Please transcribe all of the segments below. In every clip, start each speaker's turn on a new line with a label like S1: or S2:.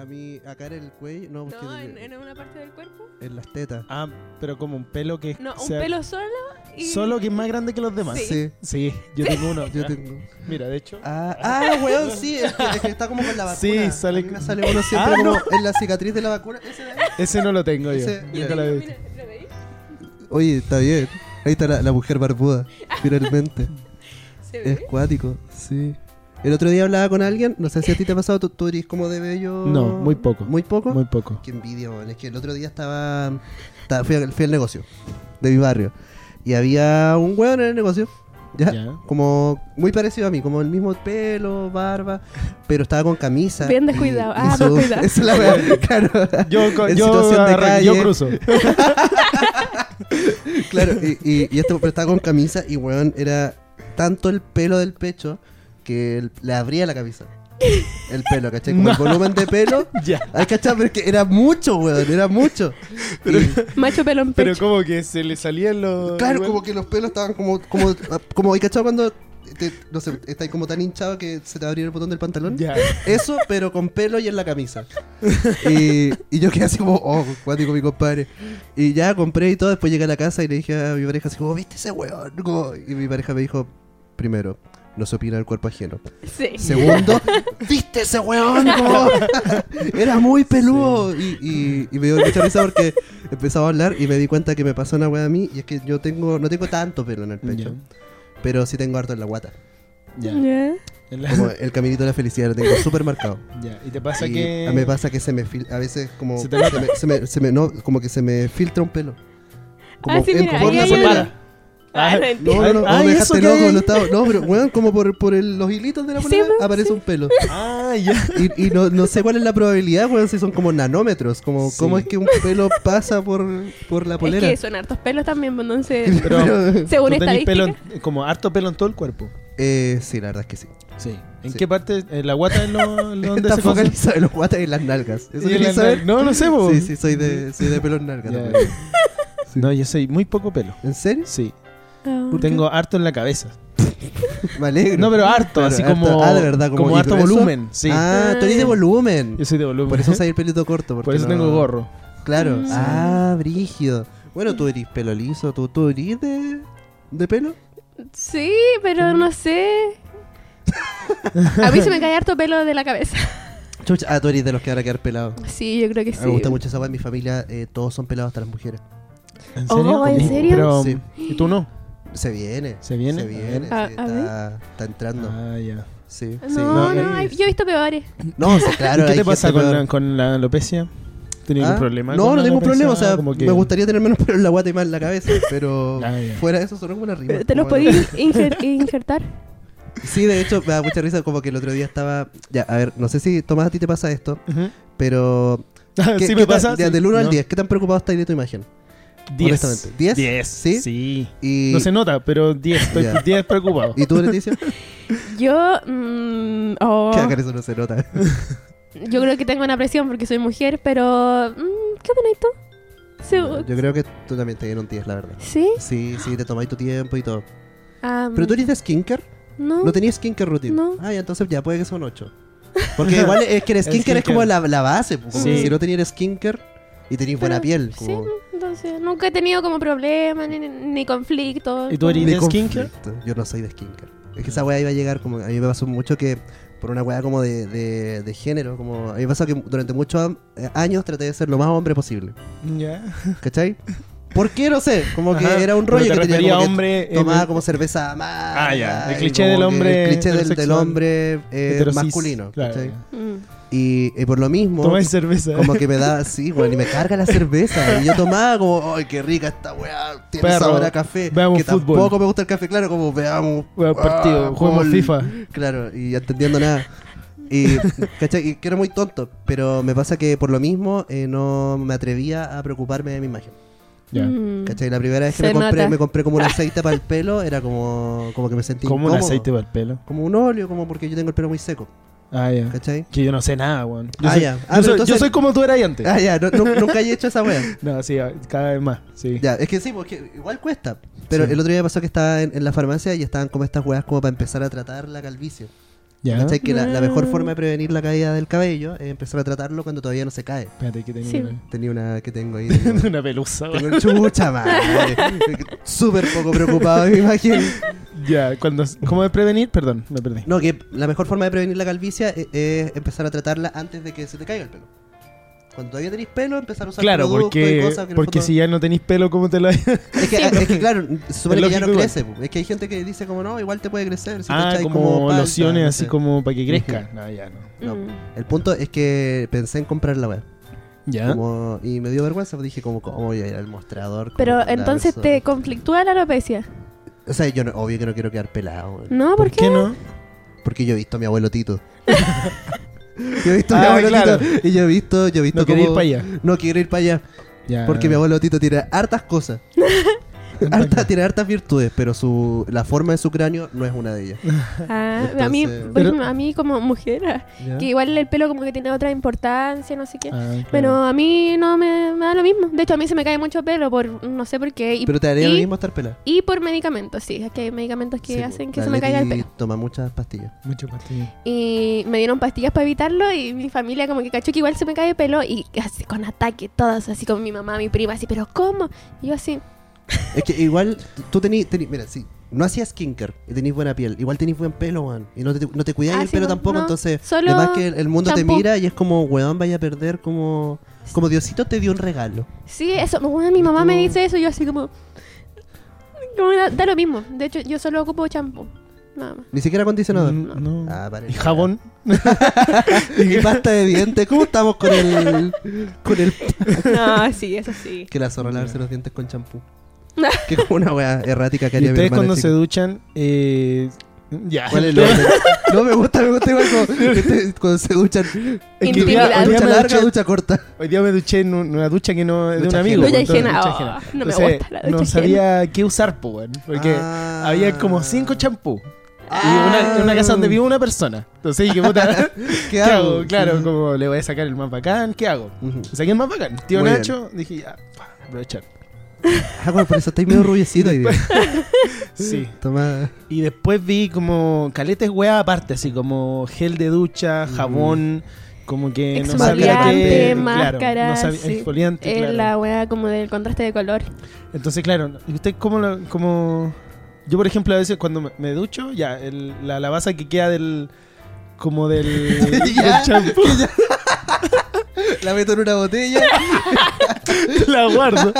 S1: a mí acá en el cuello, no, porque
S2: No, en,
S1: en,
S2: en una parte del cuerpo.
S1: las tetas.
S3: Ah, pero como un pelo que es.
S2: No, un
S3: sea-
S2: pelo solo y.
S3: Solo que es más grande que los demás.
S2: Sí.
S1: Sí,
S3: Sí, yo tengo uno.
S1: yo tengo.
S3: Mira, de hecho.
S1: Ah, ah, weón, sí, es que, es que está como con la
S3: Sí,
S1: vacuna.
S3: sale
S1: A mí me
S3: con-
S1: sale uno siempre
S3: Ah,
S1: como
S3: no.
S1: en la cicatriz de la vacuna. Ese de ahí.
S3: Ese no lo tengo yo.
S1: Ese-
S3: Nunca lo he visto.
S2: Mira, ¿lo veis?
S1: Oye, está bien. Ahí está la, la mujer barbuda, finalmente.
S2: ¿Se ve?
S1: Es cuático, sí. El otro día hablaba con alguien, no sé si a ti te ha pasado, tú, tú eres como de bello.
S3: No, muy poco.
S1: ¿Muy poco?
S3: Muy poco.
S1: Qué envidia, weón. Es que el otro día estaba. estaba- fui, al- fui al negocio de mi barrio. Y había un weón en el negocio. ¿ya?
S3: Ya.
S1: Como muy parecido a mí, como el mismo pelo, barba, pero estaba con camisa.
S2: Bien
S1: y-
S2: descuidado.
S1: y
S2: Ah,
S1: su-
S2: descuidado.
S1: Esa es la weá, claro.
S3: Yo, co-
S1: En
S3: yo,
S1: situación de
S3: arran- yo
S1: calle.
S3: cruzo.
S1: Claro, y, y, y este hombre estaba con camisa y weón era tanto el pelo del pecho que el- le abría la camisa. El pelo, ¿cachai? Como el volumen de pelo.
S3: ya.
S1: Ay, ¿cachai? Pero es que era mucho, weón, era mucho. Y-
S2: Macho pelo en
S3: Pero
S2: pecho.
S3: como que se le salían los.
S1: claro,
S3: igual.
S1: como que los pelos estaban como. como, como ¿hay cachado cuando.? te- no sé, está ahí como tan hinchado que se te abrió el botón del pantalón.
S3: Ya.
S1: Eso, pero con pelo y en la camisa. Y, y yo quedé así como, oh, cuático mi compadre. Y ya compré y todo. Después llegué a la casa y le dije a mi pareja así como, ¿viste ese weón? Como- Y mi pareja me dijo, primero, no se opina el cuerpo ajeno.
S2: Sí.
S1: Segundo, ¿viste ese weón? Como, Era muy peludo. Y, y- y me dio mucha risa porque empezaba a hablar y me di cuenta que me pasó una weá a mí. Y es que yo tengo, no tengo tanto pelo en el pecho, pero sí tengo harto en la guata.
S3: Ya. Ya.
S2: Ya.
S3: En la-
S1: Como el caminito de la felicidad lo tengo súper marcado.
S3: ya. Y te pasa
S1: Y
S3: que.
S1: a- Me pasa que se me fil- a veces como
S3: Se
S1: se
S3: te
S1: me,
S3: nota.
S1: se me- se me- no, como que se me filtra un pelo.
S2: Ah, sí,
S1: en-
S2: mira,
S1: como
S2: ahí
S1: en
S2: hay
S1: la
S2: uno.
S1: polera.
S2: Ah, no
S3: Ah,
S1: No,
S2: entiendo.
S1: no, no,
S3: Ah,
S1: no, me
S3: ¿y
S1: dejaste
S3: eso qué
S1: loco,
S3: hay?
S1: no estaba- no, pero weón, como por, por el- los hilitos de la
S2: Sí,
S1: polera
S2: pues,
S1: aparece
S2: sí.
S1: un pelo.
S3: Ah, ya.
S1: Y, y no, no sé cuál es la probabilidad, weón, si son como nanómetros, como
S3: Sí.
S1: cómo es que un pelo pasa por, por la
S2: Es
S1: polera.
S2: que son hartos pelos también, pues, entonces.
S3: Pero-
S2: según
S3: Tú tenés
S2: estadística.
S3: pelo, en- como harto pelo en todo el cuerpo.
S1: Eh, sí, la verdad es que sí.
S3: Sí. ¿En
S1: Sí.
S3: qué parte? ¿En la guata es lo, lo donde
S1: Está
S3: se concentra?
S1: focalizado en los guates y en las nalgas. ¿Eso
S3: Y en
S1: querías
S3: la-
S1: saber?
S3: No, no sé, vos.
S1: Sí, sí, soy de, soy de pelo en nalgas.
S3: Ya.
S1: también.
S3: No, yo soy muy poco pelo.
S1: ¿En serio?
S3: Sí.
S2: Ah.
S3: Tengo harto en la cabeza.
S1: Me alegro.
S3: No, pero harto,
S1: Claro,
S3: así
S1: harto.
S3: como.
S1: Ah, de verdad, como,
S3: como
S1: ¿y
S3: harto
S1: grueso?
S3: volumen. Sí.
S1: Ah, tú eres de volumen.
S3: Yo soy de volumen.
S1: Por eso usáis el pelito corto. porque
S3: Por eso
S1: no-
S3: tengo gorro.
S1: Claro.
S2: Mm.
S1: Ah, brígido. Bueno, tú eres pelo liso. ¿Tú, tú eres de, de pelo?
S2: Sí, pero no sé. A mí se me cae harto pelo de la cabeza.
S1: Chucha. Ah, tú eres de los que van a quedar pelados.
S2: Sí, yo creo que
S1: A
S2: sí.
S1: mí Me gusta mucho esa weá. En mi familia eh, todos son pelados hasta las mujeres.
S3: ¿En
S2: Oh, ¿en
S3: Y-
S2: serio?
S3: Pero,
S1: Sí.
S3: ¿Y tú no?
S1: Se viene.
S3: ¿Se viene?
S1: Se viene.
S2: A-
S1: sí,
S2: a
S1: está, está entrando.
S3: Ah, ya.
S1: Sí. sí. eh,
S2: No,
S3: No,
S2: no,
S3: ahí
S2: hay-
S3: es.
S2: yo he visto peores.
S1: No, sí, claro.
S3: ¿Y qué
S1: hay
S3: te pasa
S1: gente
S3: con
S1: peor.
S3: la, con la alopecia? ¿Tienes
S1: Ah,
S3: ningún problema?
S1: No,
S3: con
S1: no
S3: la
S1: tengo un
S3: alopecia?
S1: problema. O sea,
S3: Como que-
S1: me gustaría tener menos pelo en la guata y más en la cabeza. Pero
S3: Ah, ya.
S1: fuera de eso, solo como una rima.
S2: Eh, ¿Te los
S1: Como, bueno.
S2: podéis injer- injertar?
S1: Sí, de hecho, me da mucha risa como que el otro día estaba... Ya, a ver, no sé si, Tomás, a ti te pasa esto,
S3: Ujú.
S1: pero... ¿qué-
S3: Eh, sí,
S1: qué
S3: me
S1: tan-
S3: pasa.
S1: ya,
S3: sí.
S1: del 1 al
S3: No.
S1: 10, ¿qué tan preocupado estás de tu imagen?
S3: Diez.
S1: Honestamente. ¿Diez?
S3: Diez,
S1: ¿Sí?
S3: ¿Sí?
S1: Y,
S3: No se nota, pero 10. Estoy
S1: Ya.
S3: 10 preocupado.
S1: ¿Y tú, Leticia?
S2: Yo. mm, oh,
S1: Que acá eso no se nota.
S2: yo creo que tengo una presión porque soy mujer, pero. mm, ¿Qué opináis tú? Se-
S1: Yo creo que tú también te dieron 10, la verdad.
S2: ¿Sí?
S1: Sí, sí, te tomáis tu tiempo y todo.
S2: Ah,
S1: ¿Pero tú eres de skincare?
S2: No.
S1: ¿No tenías skincare routine?
S2: No.
S1: Ah, ya, entonces ya, puede que son 8. Porque igual es que el skincare es como la, la base. pues, como
S3: Sí.
S1: que Si no tenías skincare y tenías buena
S2: Pero-
S1: piel.
S2: Sí,
S1: Como...
S2: entonces. Nunca he tenido como problemas ni, ni conflictos.
S3: ¿Y tú eres-
S1: Ni
S3: de
S1: conflicto.
S3: skincare?
S1: Yo no soy de skincare. Es que esa weá iba a llegar como. A mí me pasó mucho que. Por una weá como de, de, de género. Como, a mí me pasó que durante muchos am- eh, años traté de ser lo más hombre posible.
S3: Ya.
S1: ¿Cachai? ¿Por qué? No sé. Como que
S3: Ajá.
S1: era un
S3: Pero
S1: rollo
S3: te
S1: que tenía
S3: refería
S1: como
S3: a
S1: que
S3: hombre en
S1: tomaba
S3: el-
S1: como cerveza amarga,
S3: Ah, ya. El
S1: y
S3: cliché
S1: como
S3: del
S1: que
S3: hombre
S1: El cliché del, del
S3: heterosexual.
S1: hombre eh,
S3: Heterosis,
S1: masculino.
S3: claro,
S1: ¿cachai?
S3: ya.
S2: Mm.
S1: Y, y por lo mismo.
S3: Tomáis cerveza.
S1: Como que me da, sí, bueno, y me carga la cerveza. Y yo tomaba como, ay, qué rica esta weá, tiene
S3: Perro,
S1: sabor a café.
S3: veamos
S1: que
S3: fútbol.
S1: tampoco me gusta el café, claro, como veamos.
S3: Bueno, partido,
S1: ah,
S3: juguemos
S1: gol.
S3: FIFA.
S1: Claro, y entendiendo nada. Y, ¿cachai? Y que era muy tonto, pero me pasa que por lo mismo eh, no me atrevía a preocuparme de mi imagen.
S3: Ya.
S2: Mm.
S1: ¿Cachai? La primera vez que
S2: Se
S1: me compré,
S2: nota.
S1: me compré como un aceite para el pelo, era como, como que me sentí
S3: Como un
S1: incómodo.
S3: aceite para el pelo.
S1: Como un óleo, como porque yo tengo el pelo muy seco,
S3: Ah, ya.
S1: ¿cachai?
S3: Que yo no sé nada, weón. Yo
S1: Ah,
S3: soy,
S1: ya.
S3: yo
S1: Ah, pero
S3: soy- yo
S1: entonces-
S3: soy como tú eras ahí antes.
S1: Ah, ya, no- nu- nunca he hecho esa wea.
S3: No, sí, ah, cada vez más. Sí.
S1: Ya, es que sí, porque igual cuesta. Pero
S3: Sí.
S1: el otro día pasó que estaba en, en la farmacia y estaban como estas weas como para empezar a tratar la calvicie.
S3: Ya.
S1: ¿Cachai? Que la, la mejor
S2: Ah.
S1: forma de prevenir la caída del cabello es empezar a tratarlo cuando todavía no se cae.
S3: Espérate que tengo
S2: Sí.
S3: una...
S1: Tenía una que tengo ahí. Tengo,
S3: una pelusa. weón.
S1: tengo chucha, madre. Súper poco preocupado, me imagino.
S3: Ya, cuando... ¿Cómo de prevenir? Perdón, me perdí.
S1: No, que la mejor forma de prevenir la calvicie e- es, empezar a tratarla antes de que se te caiga el pelo. Cuando todavía tenéis pelo, empezar a usar
S3: Claro,
S1: productos y
S3: porque,
S1: pues, cosas que en el
S3: porque
S1: fondo-
S3: si ya no tenéis pelo, ¿cómo te lo
S1: Es que, ah, es que, claro, se supone
S3: Es
S1: que ya no
S3: lógico igual.
S1: crece. po. Es que hay gente que dice como, no, igual te puede crecer. Si te
S3: Ah,
S1: echáis
S3: como,
S1: palta,
S3: lociones
S1: no
S3: así
S1: sé.
S3: como para que crezca. No, ya no.
S1: No.
S2: Mm.
S1: El punto es que pensé en comprar la web.
S3: Ya.
S1: Como, y me dio vergüenza, pues dije como, ¿cómo voy a ir al mostrador?
S2: Pero
S1: Como,
S2: entonces
S1: la
S2: te
S1: persona-
S2: conflictúa la alopecia.
S1: O sea, yo no- obvio que no quiero quedar pelado, weón.
S2: No, Ah, ¿por, qué?
S3: no?
S1: Porque yo he visto a mi abuelo Tito. yo he visto a mi
S3: Ah,
S1: abuelo
S3: claro.
S1: Tito. Y yo he visto, yo he visto
S3: No quería ir
S1: cómo-
S3: para allá.
S1: No quiero ir para allá.
S2: Ah.
S3: Ya.
S1: Porque mi abuelo Tito tiene hartas cosas. Hartas- tiene hartas virtudes, pero su, la forma de su cráneo no es una de ellas.
S2: Ah,
S1: Entonces-
S2: a mí, por
S3: Pero-
S2: ejemplo, a mí como mujer, ah,
S3: Ya.
S2: que igual el pelo como que tiene otra importancia, no sé qué.
S3: Ah, claro.
S2: Pero a mí no me, me da lo mismo. De hecho, a mí se me cae mucho pelo por no sé por qué. Y,
S1: pero te haría
S2: y,
S1: lo mismo estar pelado.
S2: Y por medicamentos, sí. Es que hay medicamentos que
S1: Sí,
S2: hacen
S1: po.
S2: que
S1: La
S2: se me caiga el
S1: Leti
S2: pelo.
S1: Toma muchas pastillas.
S3: Mucho pastillo.
S2: Y me dieron pastillas para evitarlo y mi familia como que cachó que igual se me cae el pelo y así con ataque, todas así con mi mamá, mi prima, así, pero ¿cómo? Y yo así,
S1: Es que igual tú tenís, tení- mira, si no hacías skinker y tenís buena piel, igual tenís buen pelo, weón. Y no te, no te cuidáis
S2: Ah,
S1: el
S2: sí,
S1: pelo
S2: pues,
S1: tampoco,
S2: no.
S1: entonces
S2: Solo
S1: además que el, el mundo te
S2: champú.
S1: mira y es como, weón, vaya a perder como... Como Diosito te dio un regalo.
S2: Sí, eso, bueno, mi mamá
S1: tú-
S2: me dice eso y yo así como... como da, da lo mismo. De hecho, yo solo ocupo champú. Nada más.
S1: Ni siquiera acondicionador.
S3: Mm, No.
S1: Ah, vale.
S3: ¿Y jabón?
S1: y pasta de dientes. ¿Cómo estamos con el... con el
S2: No, sí, eso sí.
S1: Que la zorra lavarse los dientes con champú. que es una wea errática que
S3: ¿Y
S1: haría mi
S3: ustedes
S1: hermana
S3: cuando se
S1: chica.
S3: duchan? Eh... Ya.
S1: ¿Cuál es el orden? No, me gusta, me gusta igual como que te- cuando se duchan.
S3: Es que hoy día-
S2: Intimidad.
S3: hoy día
S1: Ducha
S3: me
S1: larga,
S3: duché-
S1: ducha corta.
S3: Hoy día me duché en un- una ducha que no es de un
S1: Ducha
S3: amigo.
S1: ajena.
S2: Ducha
S3: entonces,
S2: ajena,
S3: ducha
S2: oh,
S3: ajena.
S2: no me
S3: Entonces,
S2: gusta la ducha
S3: No sabía qué usar, pues, weón, porque
S1: Ah.
S3: había como cinco champús. Y
S1: Ah.
S3: una, en una casa donde vive una persona. Entonces dije, puta,
S1: ¿Qué
S3: ¿qué
S1: hago?
S3: hago? Claro, como le voy a sacar el más bacán, ¿qué hago?
S1: Ujú.
S3: Saqué el más bacán. Tío
S1: Muy
S3: Nacho, dije, ya, pa, aprovechar.
S1: Ah, bueno, por eso estáis medio rubiecito hoy día.
S3: Sí.
S1: Toma.
S3: Y después vi como caletes weá aparte, así como gel de ducha,
S1: Mm.
S3: jabón, como que no sabía
S2: Exfoliante,
S3: qué. claro,
S2: máscara,
S3: no sabía,
S2: sí.
S3: exfoliante,
S2: Es
S3: claro.
S2: la wea como del contraste de color.
S3: Entonces, claro, ¿y usted cómo lo, cómo- Yo, por ejemplo, a veces cuando me, me ducho, ya, el- la lavaza que queda del... Como del...
S1: Ya.
S3: del champú,
S1: La meto en una botella
S3: la guardo.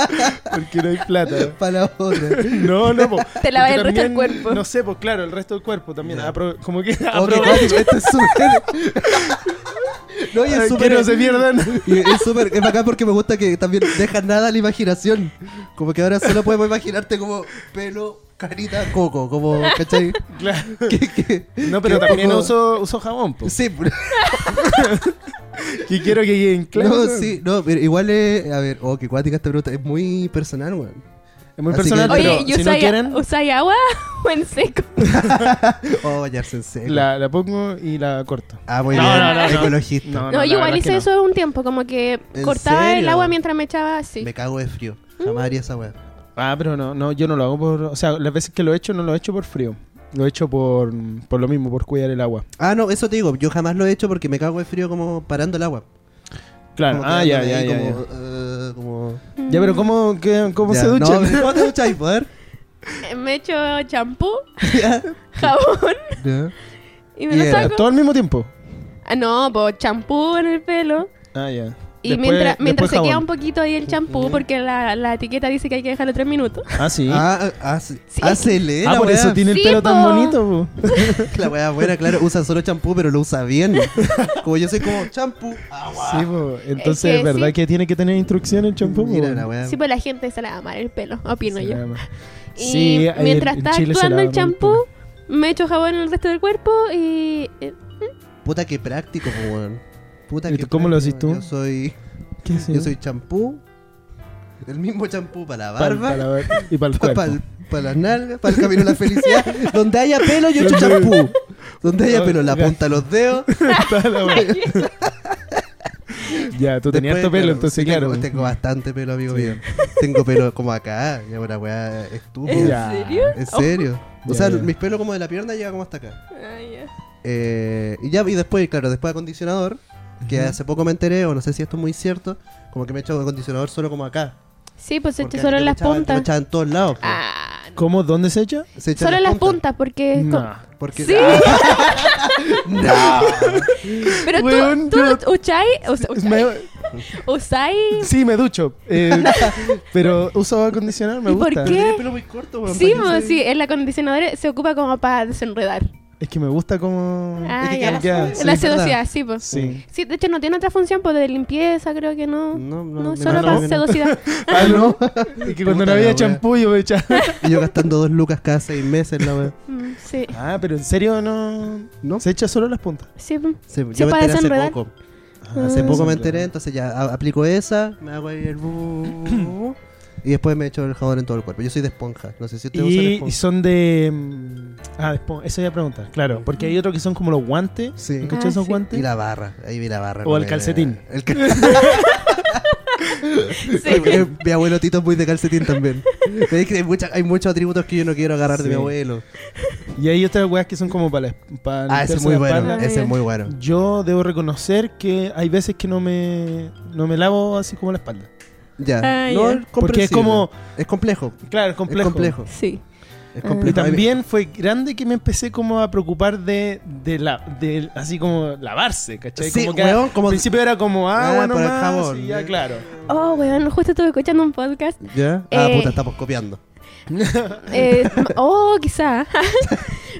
S3: Porque no hay plata.
S1: para la otra.
S3: No, no, po,
S2: Te lavas
S3: porque
S2: el resto del
S3: también,
S2: cuerpo.
S3: No sé, pues claro, el resto del cuerpo también.
S1: Ya.
S3: apro- como que...
S1: Oh, qué
S3: aprovecho
S1: cuático, esto es súper. No, y es
S3: que
S1: súper.
S3: no se pierdan.
S1: Y es súper, es bacán porque me gusta que también dejas nada a la imaginación. Como que ahora solo podemos imaginarte como pelo, carita, coco, como, ¿cachai?
S3: Claro.
S1: Que- que-
S3: No, pero
S1: que
S3: también
S1: como-
S3: uso, uso jabón, pues.
S1: Sí, pero-
S3: Que quiero que queden claros.
S1: no, sí, no, pero igual es, a ver, oh, qué cuática esta pregunta, es muy personal, weón.
S3: Es muy
S1: Así
S3: personal,
S1: que-
S2: Oye,
S3: Ah, pero
S2: ¿y
S3: si no
S2: usáis
S3: quieren,
S2: usáis agua o en seco?
S1: Oh, bañarse en seco.
S3: la, la pongo y la corto.
S1: Ah, muy
S3: No,
S1: bien,
S3: no, no, no.
S1: ecologista.
S2: No,
S3: la
S2: yo igual
S3: verdad
S2: hice
S3: que no.
S2: eso un tiempo, como que
S1: ¿En
S2: cortaba el
S1: serio?
S2: agua mientras me echaba así.
S1: Me cago de frío, jamás haría esa weá.
S3: Ah, pero no, no, yo no lo hago por... O sea, las veces que lo he hecho, no lo he hecho por frío. Lo he hecho por, por lo mismo, por cuidar el agua.
S1: Ah, no, eso te digo, yo jamás lo he hecho porque me cago de frío como parando el agua.
S3: Claro,
S1: Como
S3: ah, ya,
S1: quedándome
S3: ya,
S1: ahí
S3: ya,
S1: como, eh, como...
S3: ya.
S2: Mm.
S3: Ya, pero ¿cómo, qué- cómo
S1: Ya,
S3: se ducha?
S1: No, ¿Cómo te duchas, poder?
S2: Eh, Me echo champú, jabón y me
S1: Y
S2: lo
S1: era
S2: saco.
S3: ¿Todo al mismo tiempo?
S2: Ah, no, pues champú en el pelo.
S3: Ah, ya.
S2: Y
S3: Después-
S2: mientras, mientras
S3: después
S2: se queda un
S3: jabón. Mm.
S2: poquito ahí el champú, porque la, la etiqueta dice que hay que dejarlo tres minutos.
S3: Ah, sí. Ah,
S1: Ah, ah, sí.
S2: Sí.
S1: Ah, se lee la
S3: por
S1: weá.
S3: eso tiene el
S2: Sí,
S3: pelo tan
S2: po.
S3: bonito, po.
S1: La weá buena, claro, usa solo champú, pero lo usa bien. Como yo soy como champú, Ah, agua.
S3: Sí, po. Entonces,
S2: que
S3: ¿verdad
S2: sí.
S3: que tiene que tener instrucciones el champú? po?
S1: Mira la weá.
S2: Sí, pues la gente se la va a amar el pelo, opino
S3: Ah. Sí,
S2: yo.
S3: nada más.
S2: Y
S3: Sí, ahí
S2: mientras
S3: en
S2: está
S3: Chile se
S2: actuando
S3: lava
S2: el
S3: muy
S2: champú,
S3: poco.
S2: me echo jabón en el resto del cuerpo y... eh,
S1: Puta que práctico, po, weón. Puta
S3: ¿Y
S1: que
S3: tú cómo lo
S1: práctico,
S3: haces tú?
S1: Yo soy,
S3: ¿Qué es
S1: yo
S3: eso?
S1: soy champú. El mismo champú para la
S3: Pa'l-
S1: barba,
S3: pa'l-
S1: para,
S3: pa'l- y para el cuerpo.
S1: las nalgas, para el camino a la felicidad. Donde haya pelo, yo echo champú. Donde haya pelo, en la punta de los dedos.
S3: Toda la wea. ya, tú tenías
S1: Después,
S3: tu pelo,
S1: claro,
S3: entonces
S1: sí,
S3: claro.
S1: Tengo, tengo bastante pelo, amigo
S3: Sí.
S1: mío. Tengo pelo como acá, ya una weá estúpida.
S2: ¿En serio?
S1: ¿En serio? O
S3: Ya,
S1: sea,
S3: ya.
S1: mis pelos como de la pierna llega como hasta acá.
S2: Ah, ya.
S1: Eh, y ya, y después, claro, después acondicionador, que
S3: Ujú.
S1: hace poco me enteré, o no sé si esto es muy cierto, como que me he hecho acondicionador solo como acá.
S2: Sí, pues se
S1: porque
S2: echa solo
S1: antes
S2: en
S1: lo
S2: las
S1: echaban- lo
S2: puntas.
S1: echaban en todos lados. pues.
S2: Ah,
S3: ¿Cómo? ¿Dónde se echa?
S1: Se echan
S2: solo en las puntas, porque. es como-
S3: No.
S1: Porque, ah,
S2: Sí.
S1: ¡No!
S2: Pero tú-
S3: Weón,
S2: tú,
S3: yo-
S2: uchai- usa- uchai-
S3: Me-
S2: usai-
S3: sí, me ducho. eh, pero uso acondicionar, me
S2: ¿Y por
S3: gusta.
S2: qué?
S1: Tiene el pelo muy corto, weón,
S2: Sí,
S1: ¿para qué
S2: pues,
S1: se-
S2: sí, el acondicionador se ocupa como para desenredar.
S3: Es que me gusta como...
S2: Ah,
S1: que
S2: ya.
S1: queda más
S2: La
S3: suave.
S1: Sí, es verdad.
S2: sedosidad, sí, pues.
S3: Sí.
S2: Sí, de hecho no tiene otra función, pues de limpieza, creo que no.
S1: No, no,
S2: No,
S1: me
S2: solo
S1: imagino
S2: para
S1: que no.
S2: sedosidad.
S3: Ah, ¿no? Y que cuando
S1: Puta
S3: no
S1: la
S3: había
S1: wea.
S3: champú yo me echaba...
S1: Y yo gastando dos lucas cada seis meses, la weón.
S2: Mm, sí.
S3: Ah, pero en serio no...
S1: ¿No?
S3: Se echa solo las puntas.
S2: Sí, pues.
S1: Se-
S2: Sí,
S1: yo me
S2: para
S1: enteré hace
S2: desenredar.
S1: poco.
S2: Ah.
S1: Hace poco me
S3: Desenredar.
S1: enteré, entonces ya a- aplico esa, me hago ahí el bu- bu- bu- bu- y después me echo el jabón en todo el cuerpo. Yo soy de esponja, no sé si ustedes usan
S3: Y, y
S1: esponja.
S3: son de... mm, Ah, después, eso iba a preguntar, claro. Porque hay otros que son como los guantes.
S1: Sí.
S3: ¿Cachai
S2: Ah,
S3: esos
S2: sí.
S3: guantes?
S1: Y la barra, ahí vi la barra.
S3: O
S1: no
S3: el
S1: me-
S3: calcetín.
S1: El cal- Porque mi abuelo Tito es muy de calcetín también. Me dice que hay, mucha- hay muchos atributos que yo no quiero agarrar de mi
S3: Sí.
S1: abuelo.
S3: Y hay otras weas que son como para... la esp- para
S1: Ah, ese
S3: limpiarse
S1: es muy
S3: la
S1: bueno,
S3: espalda.
S2: pana.
S1: ese es muy bueno.
S3: Yo debo reconocer que hay veces que no me, no me lavo así como la espalda.
S1: Ya,
S2: Ah,
S1: no,
S2: ya.
S1: es
S3: Porque es
S1: comprensible.
S3: como-
S1: Es complejo,
S3: Claro, es complejo.
S1: es complejo.
S2: Sí.
S1: Es
S2: Ah.
S1: complejo.
S3: Y también fue grande que me empecé como a preocupar de, de, la, de así como lavarse, ¿cachai?
S1: Sí,
S3: como que
S1: weón, como-
S3: al principio era como agua
S1: Ah, por el
S3: nomás,
S1: jabón.
S3: y ya claro.
S2: Oh, weón, justo estuve escuchando un podcast.
S1: ¿Ya? Ah,
S2: Eh,
S1: puta, estamos copiando.
S2: Eh, oh, quizá.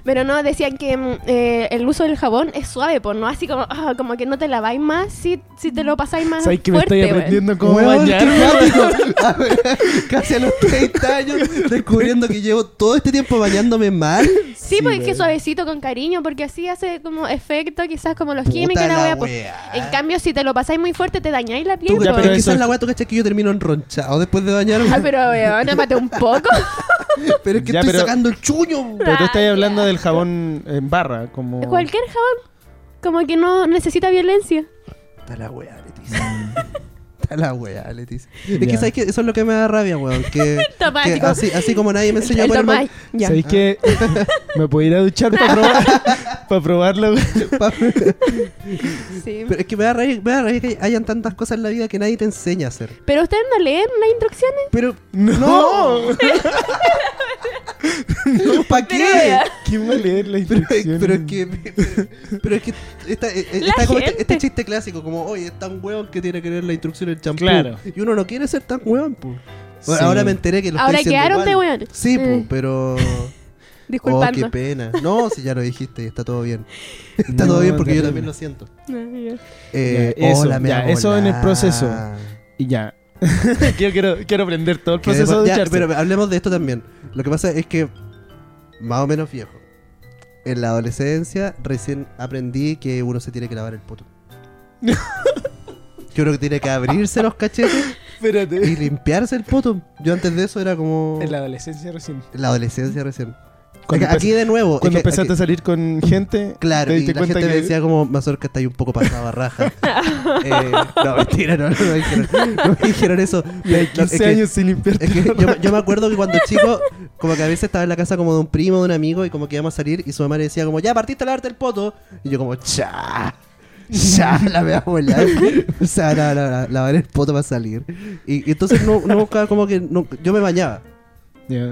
S2: Pero no, decían que mm, eh, el uso del jabón es suave, pues no así como, ah, como que no te laváis más si, si te lo pasáis más.
S3: ¿Sabes que me
S2: Ah, fuerte,
S3: estoy
S2: weón.
S3: aprendiendo cómo
S1: Weón,
S3: bañar?
S1: qué dramático. A ver, Casi a los 30 años descubriendo que llevo todo este tiempo bañándome mal.
S2: Sí,
S3: Sí,
S2: porque es que
S3: weón.
S2: suavecito con cariño, porque así hace como efecto, quizás como los
S1: Puta
S2: químicos.
S1: la
S2: la wea, pues.
S1: wea.
S2: En cambio, si te lo pasáis muy fuerte, te dañáis la piel.
S1: Tú,
S3: Ya,
S1: pero
S2: weón.
S3: pero eso
S1: quizás
S3: es-
S1: la guay, tú cachai que yo termino enronchado después de
S2: Ah,
S1: bañarme.
S2: pero weón, ámate un poco.
S1: Pero es que
S3: Ya,
S1: estoy
S3: pero-
S1: sacando el chuño.
S3: Pero tú estás hablando del jabón en barra, como...
S2: Cualquier jabón, como que no necesita violencia.
S1: Está la wea, Leticia. Está la wea, Leticia. Es que
S3: Ya.
S1: sabes que eso es lo que me da rabia, weón. Que, que
S2: Tomático.
S1: así, así como nadie me enseñó a
S2: El
S1: ponerme.
S2: Tomás, ya.
S3: ¿Sabéis que me puedo ir a duchar para probar, para probarlo?
S2: Sí.
S1: Pero es que me da rabia, me da rabia que hayan tantas cosas en la vida que nadie te enseña a hacer.
S2: Pero ustedes no leen las instrucciones.
S1: Pero,
S3: ¡No!
S1: ¿para
S2: Pero,
S1: qué?
S2: weón.
S3: ¿Quién va a leer la
S1: Pero,
S3: instrucción?
S1: pero es que, pero es que está, eh, eh,
S2: La
S1: está como este,
S2: gente.
S1: este chiste clásico, como, oye, es tan hueón que tiene que leer la instrucción del champú.
S3: Claro.
S1: Y uno no quiere ser tan hueón, po. Bueno,
S3: Sí.
S1: Ahora me enteré que lo
S2: Ahora
S1: estoy haciendo
S2: quedaron de
S1: igual.
S2: weón.
S1: Sí, po,
S2: Eh.
S1: pero... Oh,
S2: Disculpando.
S1: qué pena. No, si ya lo dijiste, está todo bien. Está
S3: No,
S1: todo bien porque yo
S3: terrible.
S1: también lo siento.
S2: No, ya.
S1: Eh,
S3: Ya, eso,
S1: hola, me
S3: ya,
S1: hago
S3: eso en el
S1: volar.
S3: proceso. Y ya. Yo quiero, quiero aprender todo el
S1: Que
S3: proceso
S1: después-
S3: de
S1: ya,
S3: ducharse.
S1: pero hablemos de esto también. Lo que pasa es que, más o menos viejo, en la adolescencia recién aprendí que uno se tiene que lavar el poto. que uno tiene que abrirse los cachetes
S3: Espérate.
S1: y limpiarse el poto. Yo antes de eso era como...
S3: En
S1: La,
S3: la adolescencia recién.
S1: adolescencia recién.
S3: Cuando,
S1: Es que aquí
S3: empeza-
S1: de nuevo... es
S3: cuando
S1: que-
S3: empezaste
S1: aquí-
S3: a salir con gente,
S1: Claro,
S3: te
S1: y
S3: diste
S1: la
S3: cuenta
S1: gente
S3: que
S1: me decía como, Mazorca, está ahí un poco pasado a raja. Eh, no, mentira, no, no me dijeron, no me dijeron eso.
S3: y hay
S1: No, es
S3: 15
S1: que-
S3: años sin limpiarte.
S1: Es que yo, yo me acuerdo que cuando chico, como que a veces estaba en la casa como de un primo, de un amigo, y como que íbamos a salir, y su mamá le decía como, ya partiste a lavarte el poto. Y yo como, cha, ya, la voy a volar. o sea, la- la- la- lavar el poto para salir. Y, y entonces no, no buscaba como que, no- yo me bañaba.
S3: Ya,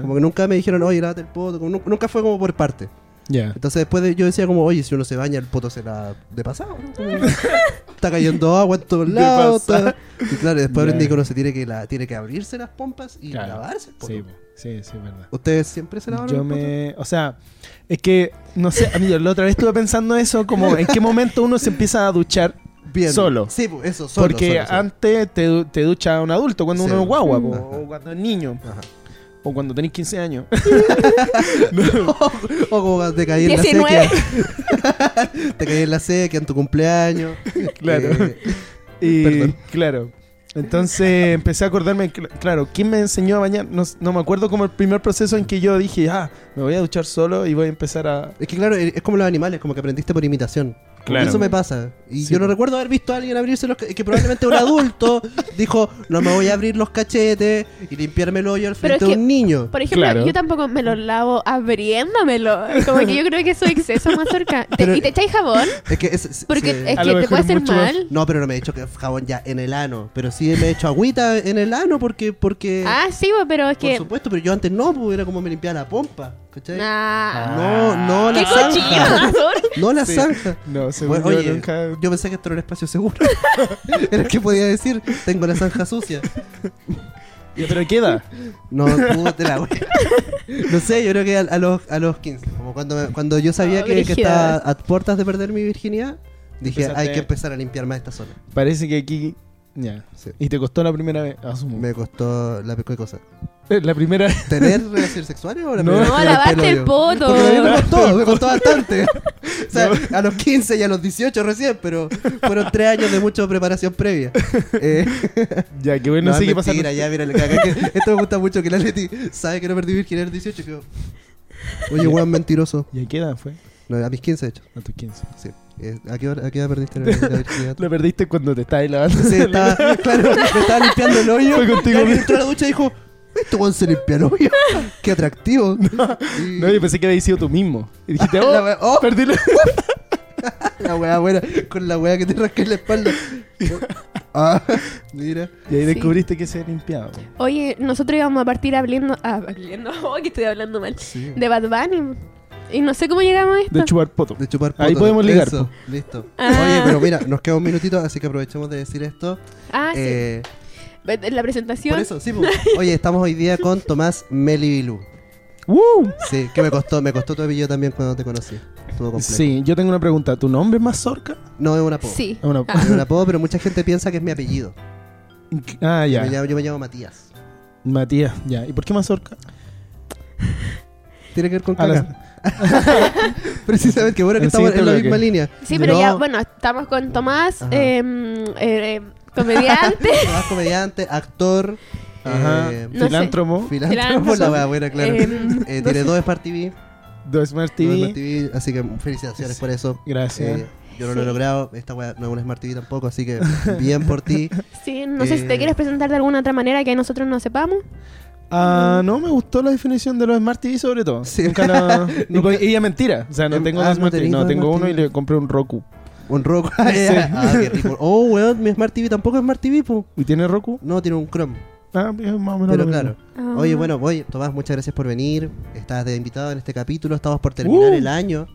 S1: Como que nunca me dijeron, oye, lávate el poto. como nu- nunca fue como por parte.
S3: ya.
S1: Entonces después de- yo decía como, oye, si uno se baña, el poto se la de pasado. ¿no? Como- está cayendo agua en todos
S3: De
S1: lados.
S3: pasado.
S1: está- Y claro, y después
S3: Ya.
S1: aprendí que uno se tiene que, la, tiene que abrirse las pompas y
S3: Claro.
S1: lavarse el poto.
S3: Sí, po. sí, sí, es verdad.
S1: ¿Ustedes siempre se lavaron
S3: Yo
S1: el poto?
S3: me. O sea, es que. No sé, a mí yo la otra vez estuve pensando eso, como en qué momento uno se empieza a duchar.
S1: Bien.
S3: solo.
S1: Sí, pues, eso, solo.
S3: porque
S1: solo, solo.
S3: antes te, du- te ducha un adulto cuando
S1: Sí.
S3: uno es guagua,
S2: Mm.
S3: po,
S1: Ajá.
S3: o cuando es niño,
S1: Ajá.
S3: o cuando tenés 15 años.
S1: O como te caí en
S2: 19.
S1: la sequía. te caí en la sequía en tu cumpleaños.
S3: Claro.
S1: Eh,
S3: Y
S1: Perdón.
S3: claro. Entonces empecé a acordarme, cl- claro, ¿quién me enseñó a bañar? No, s- no me acuerdo como el primer proceso en que yo dije, ah, me voy a duchar solo y voy a empezar a...
S1: es que claro, es como los animales, como que aprendiste por imitación. Como
S4: Claro.
S1: que Eso me pasa. Y
S3: Sí.
S1: yo no recuerdo haber visto a alguien abrirse los cachetes. Que probablemente un adulto dijo, no me voy a abrir los cachetes y limpiarme el hoyo al frente
S2: Pero es
S1: de
S2: que-
S1: un niño.
S2: Por ejemplo,
S4: Claro.
S2: yo tampoco me lo lavo abriéndomelo. Como que yo creo que eso es exceso más cerca.
S1: Pero-
S2: ¿Y te echáis jabón?
S1: Es que es- es-
S2: Porque
S1: sí.
S2: es
S3: A
S2: que
S3: lo
S2: te
S3: mejor
S2: puede hacer
S3: mucho más-
S2: mal.
S1: No, pero no me he hecho que- jabón ya en el ano. Pero sí me he hecho agüita en el ano porque... porque
S2: Ah, sí, bo, pero es
S1: por
S2: que.
S1: supuesto, pero yo antes no, pues era como me limpiaba la pompa. ¿Cachai?
S2: Nah.
S1: No, no
S2: ¡Qué
S1: Ah. la zanja.
S2: cochino! Sol.
S1: No la
S3: Sí.
S1: zanja.
S3: No, según
S1: Bueno,
S3: yo
S1: oye,
S3: nunca-
S1: yo pensé que esto era un espacio seguro. era que podía decir, tengo la zanja sucia.
S3: Ya, Pero queda.
S1: No, puta la wea. No sé, yo creo que a, a los, a los 15. Como cuando, me- cuando yo sabía
S2: Oh,
S1: que, que
S2: brígida.
S1: estaba a puertas de perder mi virginidad, dije,
S3: Empezaste-
S1: hay que empezar a limpiar más esta zona.
S3: Parece que aquí. Ya.
S1: Sí.
S3: Y te costó la primera vez. Asumo.
S1: Me costó la peco de cosa.
S3: Eh, La primera.
S1: ¿Tener relaciones sexuales o la
S3: No.
S1: primera vez
S2: No,
S1: que me
S2: lavaste
S1: pelo
S2: el
S1: yo?
S2: poto.
S1: Porque a mí me costó, me costó bastante. O sea, a los 15 y a los 18 recién, pero fueron tres años de mucha preparación previa. Eh,
S3: Ya, que bueno,
S1: no, es
S3: sigue pasando.
S1: mentira, ya, mira, lo que acá que- esto me gusta mucho que la Leti sabe que no perdí virginidad a los 18. Que... Oye, weón, mentiroso.
S3: Ya queda, fue.
S1: No, a mis 15, de hecho.
S3: A tus 15.
S1: Sí. Eh, ¿A, qué hora, a qué edad perdiste la, la virginidad?
S3: Lo perdiste cuando te estabas lavando.
S1: Sí, estaba, claro, me estaba limpiando el hoyo.
S3: Fue contigo
S1: y alguien
S3: mismo.
S1: entró a la ducha y dijo: Este weón se limpia el hoyo. Qué atractivo. Y-
S3: No, yo pensé que habías sido tú mismo. Y dijiste,
S1: La
S3: oh,
S1: wea- oh,
S3: perdí la-
S1: La weá buena, con la weá que te rasca en la espalda. Ah, mira.
S3: Y ahí
S2: Sí.
S3: descubriste que se limpiaba.
S2: Oye, nosotros íbamos a partir hablando. Ah, hablando. Oh, que estoy hablando mal. De Bad Bunny. Y no sé cómo llegamos a esto.
S3: De chupar poto.
S1: De chupar
S3: Ahí
S1: poto.
S3: podemos ligar,
S1: Eso, listo.
S2: Ah.
S1: Oye, pero mira, nos queda un minutito, así que aprovechemos de decir esto.
S2: ah,
S1: Eh,
S2: sí. La presentación.
S1: Por eso, sí, po. Oye, estamos hoy día con Tomás Melibilú.
S3: ¡Woo!
S1: Sí, que me costó, me costó tu apellido también cuando te conocí. Estuvo complejo.
S3: Sí, yo tengo una pregunta. ¿Tu nombre es Mazorca?
S1: No es un apodo.
S2: Sí.
S3: Ah, bueno.
S2: Ah.
S1: Es un apodo, pero mucha gente piensa que es mi apellido.
S3: Ah,
S1: Yo
S3: ya.
S1: me llamo- yo me llamo Matías.
S3: Matías, ya. ¿Y por qué Mazorca?
S1: Tiene que ver con
S3: A la-
S1: caca. Precisamente, que bueno que
S3: El
S1: estamos en la
S3: siguiente
S1: misma
S3: bloque.
S1: línea.
S2: Sí, pero
S1: No,
S2: ya, bueno, estamos con Tomás,
S1: Ajá.
S2: eh, eh, eh, comediante,
S1: Tomás comediante, actor,
S3: Ajá.
S1: eh,
S2: No sé.
S3: Filántropo.
S1: filántropo, la wea buena, claro.
S2: Eh,
S1: Eh,
S2: no
S1: tiene
S2: sé.
S1: dos Smart TV,
S3: Dos Smart
S1: dos
S3: TV.
S1: Smart TV, así que felicitaciones por eso.
S3: Gracias.
S1: Eh, yo no lo he
S2: Sí.
S1: logrado, esta wea no es una Smart TV tampoco, así que bien por ti.
S2: Sí, no sé si
S1: Eh.
S2: te quieres presentar de alguna otra manera que nosotros no sepamos.
S3: Ah, no, me gustó la definición de los Smart TV sobre todo.
S1: Sí.
S3: Nunca la-
S1: Nunca-
S3: Porque ella es mentira. O sea, no
S1: Em,
S3: tengo
S1: ah,
S3: dos
S1: no
S3: Smart TV.
S1: tenéis
S3: No,
S1: dos
S3: tengo
S1: Smart
S3: uno y
S1: TV.
S3: le compré un Roku.
S1: Un rock. ah, qué rico. Oh, weón, mi Smart TV tampoco es Smart TV, po.
S3: ¿Y tiene Roku?
S1: No, tiene un Chrome,
S3: Ah, es más o menos lo
S1: pero
S3: mismo.
S1: claro.
S2: Ah.
S1: Oye, bueno, voy, Tomás, muchas gracias por venir. Estás de invitado en este capítulo, estamos por terminar
S3: Uh.
S1: el año.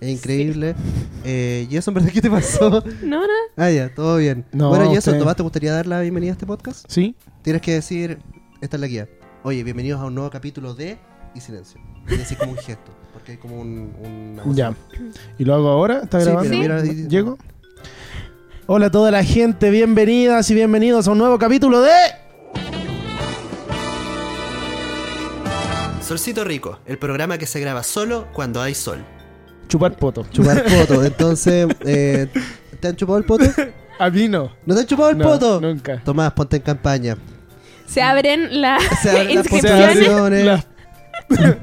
S1: Es increíble. Eh, y eso, en verdad, ¿qué te pasó?
S2: No, no.
S1: Ah, ya, todo bien.
S3: No,
S1: bueno, y eso,
S3: usted-
S1: Tomás, ¿te gustaría dar la bienvenida a este podcast?
S3: ¿Sí?
S1: Tienes que decir, esta es la guía. Oye, bienvenidos a un nuevo capítulo de Y Silencio. Y decir como un gesto, porque hay como un... una voz.
S3: Ya. ¿Y lo hago ahora? ¿Está
S1: Sí,
S3: grabando?
S1: mira, mira, y-
S3: ¿Llego? Hola a toda la gente, bienvenidas y bienvenidos a un nuevo capítulo de...
S1: Solcito Rico, el programa que se graba solo cuando hay sol.
S3: Chupar poto.
S1: Chupar poto, entonces... eh, ¿Te han chupado el poto?
S3: A mí no.
S1: ¿No te han chupado el
S3: No,
S1: poto?
S3: Nunca.
S1: Tomás, ponte en campaña.
S2: Se abren las
S1: Se abren las
S2: inscripciones,
S1: posibilidades. Inscripciones.
S3: Las-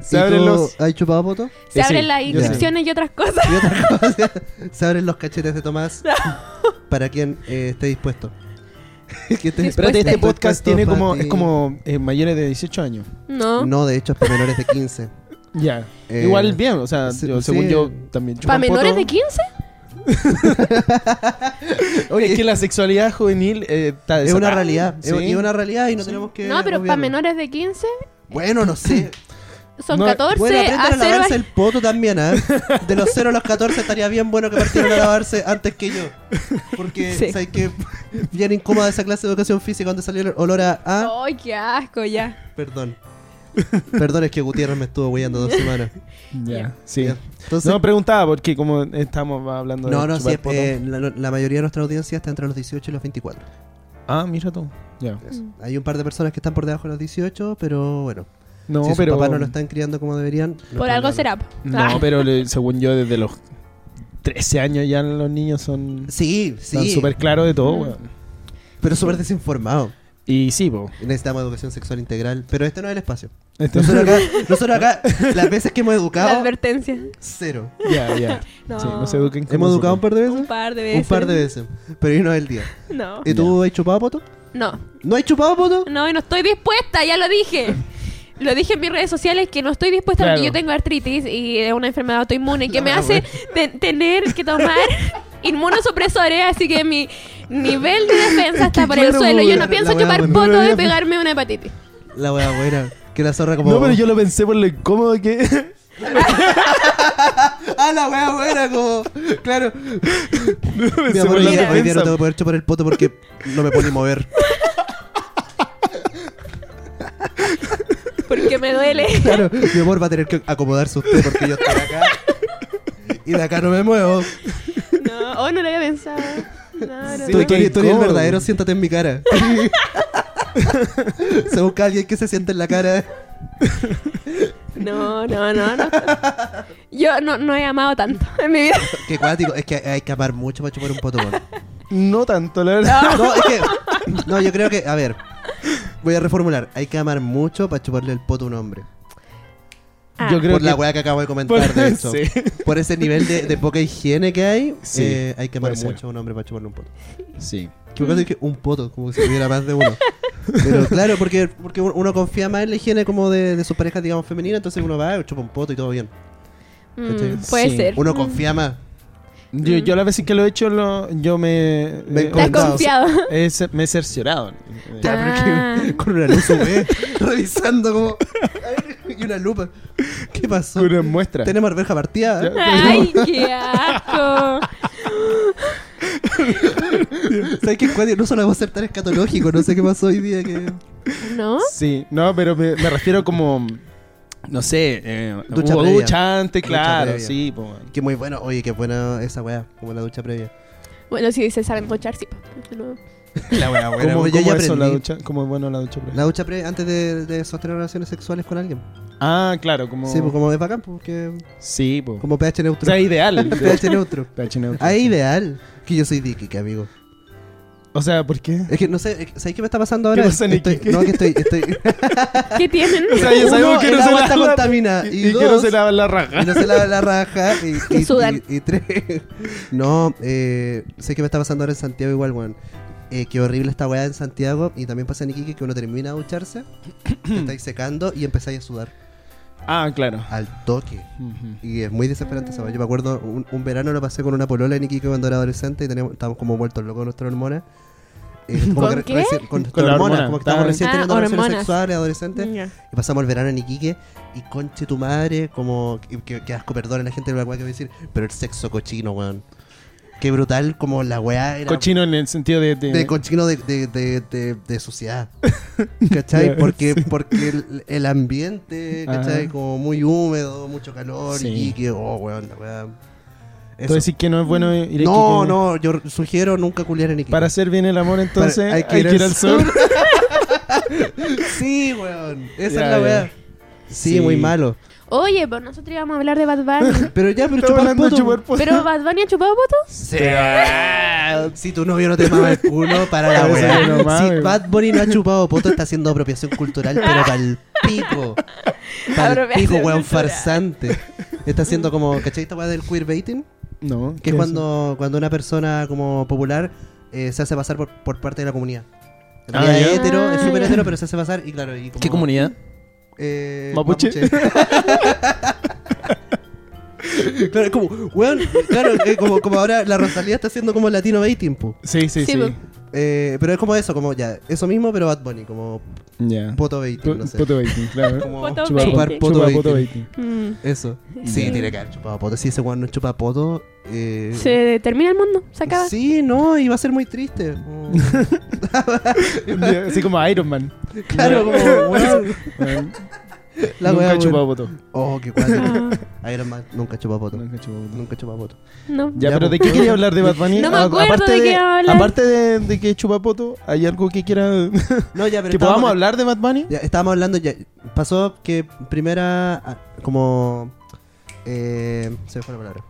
S3: Se
S1: ¿Y
S3: abren
S1: tú
S3: los...
S1: ¿Has chupado poto?
S2: se
S3: Yo
S2: abren
S3: sí,
S2: las
S1: yo sí.
S2: inscripciones y otras cosas.
S1: Y otra cosa, se abren los cachetes de Tomás para quien eh, esté dispuesto. Que esté-
S3: Espérate, este
S1: esté dispuesto
S3: podcast tiene
S1: para
S3: como...
S1: ti.
S3: Es como eh, mayores de 18 años.
S2: No,
S1: No, de hecho es para menores de 15.
S3: Ya.
S1: Eh,
S3: Igual bien, o sea,
S1: sí,
S3: yo- según
S1: sí.
S3: yo también chupan
S2: para menores
S3: poto.
S2: de 15.
S3: Oye, es que la sexualidad juvenil eh, está
S1: Es una
S3: desatada.
S1: realidad, es-
S3: Sí.
S1: es una realidad y no tenemos que...
S2: No, pero para
S1: obviarlo.
S2: menores de 15
S1: Bueno, no sé.
S2: son
S3: No,
S2: 14
S1: Bueno,
S2: a
S1: aprendan a
S2: 0.
S1: lavarse el poto también, ¿ah? De los 0 a los 14 estaría bien bueno que partieran a lavarse antes que yo. Porque,
S2: Sí.
S1: ¿sabes qué? Bien incómoda esa clase de educación física donde salió el olor a... a-
S2: ¡Ay, qué asco ya!
S1: Perdón. Perdón, es que Gutiérrez me estuvo hueando dos semanas.
S3: Ya,
S2: Ya.
S3: sí.
S1: Ya. Entonces,
S3: no, preguntaba porque como estamos hablando
S1: No,
S3: de
S1: no,
S3: chupar
S1: sí,
S3: poto.
S1: eh, la, la mayoría de nuestra audiencia está entre los 18 y los 24.
S3: Ah, mira tú. Ya.
S1: Eso. Hay un par de personas que están por debajo de los 18, pero bueno,
S3: No,
S1: si sus
S3: pero
S1: papás no lo están criando como deberían... no
S2: Por
S1: está
S2: algo
S1: mal.
S2: será.
S3: No,
S2: Ah.
S3: pero le- según yo desde los 13 años ya los niños son
S1: Sí,
S3: están
S1: sí,
S3: súper claros de
S2: Mm.
S3: todo, weón.
S1: pero súper desinformado.
S3: Y sí, po.
S1: Necesitamos educación sexual integral, pero este no es el espacio.
S3: Este-
S1: Nosotros acá, nosotros acá, las veces que hemos
S2: La
S1: educado,
S2: advertencia.
S1: cero.
S3: Ya, ya.
S2: No.
S3: Sí, no se eduquen con
S1: ¿Hemos educado un par
S3: nosotros.
S1: de veces?
S2: Un par de
S1: Un
S2: veces.
S1: par de Eh. veces. Pero hoy no es el día.
S2: No.
S1: ¿Y tú has chupado poto?
S2: No.
S1: ¿No has chupado poto?
S2: No, y no estoy dispuesta, ya lo dije. Lo dije en mis redes sociales que no estoy dispuesta
S3: Claro.
S2: porque yo tengo artritis y es una enfermedad autoinmune que
S1: La
S2: me
S1: wea,
S2: hace te- tener que tomar inmunosupresores, así que mi nivel de defensa está por el
S3: claro,
S2: suelo. Yo
S1: la-
S2: no pienso
S1: la wea
S2: chupar
S1: buena.
S3: No lo
S2: potos
S3: había
S2: y
S3: pe-
S2: pegarme una hepatitis.
S1: La wea buena. Que la zorra como.
S3: No, pero yo lo pensé por lo incómodo que.
S1: Ah, la wea buena, como. Claro.
S3: no
S1: Mi
S3: lo pensé
S1: amor,
S3: por
S1: hoy
S3: la
S1: día hoy día no
S3: defensa.
S1: te voy a poder chupar el poto porque no me puedo ni mover.
S2: Porque me duele.
S1: Claro, mi amor va a tener que acomodarse usted porque yo estoy acá. Y de acá no me muevo.
S2: No, oh, no lo había pensado. No, no,
S3: Sí,
S1: tú
S2: no.
S1: tú eres tú eres el
S3: incómodo.
S1: verdadero, siéntate en mi cara. Se busca alguien que se siente en la cara.
S2: No, no, no, no. Yo no, no he amado tanto en mi vida.
S1: Qué cuático. Es que hay que amar mucho para chupar un poto, weón.
S3: No tanto, la verdad.
S1: No, es que. No, yo creo que. A ver. Voy a reformular. Hay que amar mucho para chuparle el poto a un hombre.
S2: Ah.
S3: Yo creo
S1: por
S3: que.
S1: la weá que acabo de comentar,
S3: por-
S1: de hecho.
S3: sí.
S1: Por ese nivel de, de poca higiene que hay,
S3: Sí,
S1: eh, hay que amar
S3: puede ser.
S1: mucho a un hombre para chuparle un poto.
S3: Sí.
S1: Que me pasa es que un poto, como si hubiera más de uno. Pero claro, porque, porque uno confía más en la higiene como de, de su pareja, digamos, femenina, entonces uno va, chupa un poto y todo bien.
S2: Mm, puede
S3: Sí.
S2: ser.
S1: Uno confía más.
S3: Yo, yo la vez que lo he hecho, lo, yo me.
S1: Me
S3: eh,
S1: he
S2: Estás
S1: comentado.
S2: confiado.
S3: he cer- me he cerciorado. Eh,
S1: Ya, pero es que con una luz UV, revisando como... Y una lupa. ¿Qué pasó?
S3: con Una muestra.
S1: Tenemos arveja partida.
S3: Ya.
S2: Ay, qué asco.
S1: ¿Sabes qué? Cuático? No solo debo ser tan escatológico, no sé qué pasó hoy día que...
S2: ¿No?
S3: Sí, no, pero me, me refiero como. No sé, eh,
S1: Ducha
S3: hubo
S1: previa.
S3: ducha antes,
S1: Ducha
S3: claro,
S1: previa.
S3: sí. po, man.
S1: Qué muy bueno. Oye, qué buena esa weá, como la ducha previa.
S2: Bueno, si se saben duchar, sí. pues, no.
S1: La weá
S3: ¿Cómo,
S1: Como yo
S3: cómo
S1: ya
S3: eso, la
S1: aprendí.
S3: ducha? ¿Cómo es bueno la ducha previa?
S1: La ducha previa antes de, de sostener relaciones sexuales con alguien.
S3: Ah, claro, como.
S1: Sí, pues como es bacán, porque
S3: Sí, po.
S1: como pH
S3: O
S1: neutro.
S3: sea, ideal.
S1: pH neutro.
S3: PH neutro.
S1: Ah, ideal. Que yo soy diquique, amigo.
S3: O sea, ¿por qué?
S1: Es que no sé, es que- ¿sabes qué me está pasando ahora?
S3: ¿Qué pasa,
S1: Estoy-
S3: Niquique?
S1: no, que estoy, estoy.
S2: ¿Qué tienen?
S3: O sea, ya sabemos
S1: Uno,
S3: que
S1: el
S3: no se
S1: agua
S3: lava
S1: está
S3: la-
S1: contaminada.
S3: y-
S1: Y
S3: y que no
S1: dos-
S3: se lava la raja.
S1: Y no se lava la raja y, y,
S2: Que sudan.
S1: y- y tres. No, eh, sé que me está pasando ahora en Santiago igual, weón. Eh, qué horrible esta weá en Santiago. Y también pasa en Iquique que uno termina de ducharse, te estáis secando y empezáis a sudar
S3: Ah, claro.
S1: al toque.
S3: Ujú.
S1: Y es muy desesperante esa weá. Yo me acuerdo, un, un verano lo pasé con una polola en Iquique cuando era adolescente y teníamos, estábamos como vueltos locos con nuestras hormonas. Eh, como
S2: ¿Con
S1: que re-
S2: qué?
S1: reci- con
S3: Con la
S1: hormonas,
S3: hormona.
S1: como que estábamos
S3: Ah,
S1: recién teniendo relaciones
S2: hormonas.
S1: sexuales, adolescentes.
S2: Ya.
S1: Y pasamos el verano en Iquique y conche tu madre, como que, que- que asco, perdón a la gente de la weá que voy a decir, pero el sexo cochino, weón. Qué brutal como la weá era
S3: Cochino eh. en el sentido de. de-
S1: de cochino de, de, de, de- de suciedad. ¿Cachai?
S3: Ya,
S1: Porque, porque el, el ambiente,
S3: Ajá.
S1: ¿cachai? Como muy húmedo, mucho calor,
S3: Sí.
S1: Iquique, oh weón, la weá. Eso.
S3: Tú decís que no es bueno ir a
S1: no,
S3: Iquique.
S1: no, yo sugiero nunca culiar en Iquique.
S3: Para hacer bien el amor, entonces
S1: Para-
S3: hay, que ir al sur.
S1: sí, weón. Esa
S3: Ya,
S1: es la
S3: ya.
S1: weá. Sí,
S3: Sí.
S1: muy malo.
S2: Oye, pues nosotros íbamos a hablar de Bad Bunny.
S1: Pero ya, pero
S3: Estamos
S1: chupar
S3: hablando de
S1: poto.
S3: chupar poto.
S2: ¿Pero Bad Bunny ha chupado votos?
S1: Ah, Si tu novio no te mama el culo, para la
S3: Eso
S1: weá.
S3: que no mames.
S1: si Bad Bunny no ha chupado poto, está haciendo apropiación cultural, pero pa'l pico. Pa'l
S2: Apropiación
S1: pico, weón,
S2: cultural.
S1: farsante. Está haciendo como, ¿cachai esta weá del queerbaiting?
S3: No.
S1: Que
S3: ¿qué
S1: es
S3: eso?
S1: cuando, cuando una persona como popular eh, se hace pasar por, por parte de la comunidad. En
S3: Ah,
S1: realidad
S3: ya.
S1: es hetero, es
S2: Ah,
S1: súper
S2: ya.
S1: hetero, pero se hace pasar y claro. Y como,
S3: ¿Qué comunidad?
S1: Eh,
S3: ¿Mapuche?
S1: claro, es como, weón, claro, eh, como, como ahora la Rosalía está haciendo como latino baiting, po.
S3: Sí, sí,
S2: Sí,
S3: sí.
S2: po.
S1: Eh, pero es como eso, como ya, eso mismo, pero Bad Bunny, como
S3: Ya.
S1: poto baiting, no sé.
S3: Poto baiting, claro.
S1: Como
S2: Poto
S1: chupar,
S2: baiting.
S1: chupar poto
S3: Chupa
S1: baiting.
S3: poto baiting.
S2: Mm.
S1: Eso. Sí,
S3: Ya.
S1: tiene que haber chupado poto. Si ese weón no chupa poto, eh...
S2: Se termina el mundo, se acaba.
S1: Sí, no, iba a ser muy triste. Mm.
S3: Ya, Así como Iron Man.
S1: claro, como, weón.
S3: Man,
S1: La
S3: Nunca
S1: weá,
S3: he chupado poto.
S1: weón. Oh, qué cuadro.
S2: Ah,
S1: Iron Man nunca chupa poto.
S3: Nunca he chupado poto.
S1: Nunca chupa poto.
S2: no.
S3: Ya,
S1: Ya,
S3: pero
S1: po.
S3: ¿de qué quería hablar de Bad Bunny?
S2: No me
S3: A-
S2: acuerdo de qué iba a hablar.
S3: Aparte de, de que chupapoto, ¿hay algo que quiera...
S1: No, ya, pero
S3: ¿Que podamos hablar de Bad Bunny?
S1: Ya, estábamos hablando, ya, pasó que primera, ah, como, eh, se me fue la palabra.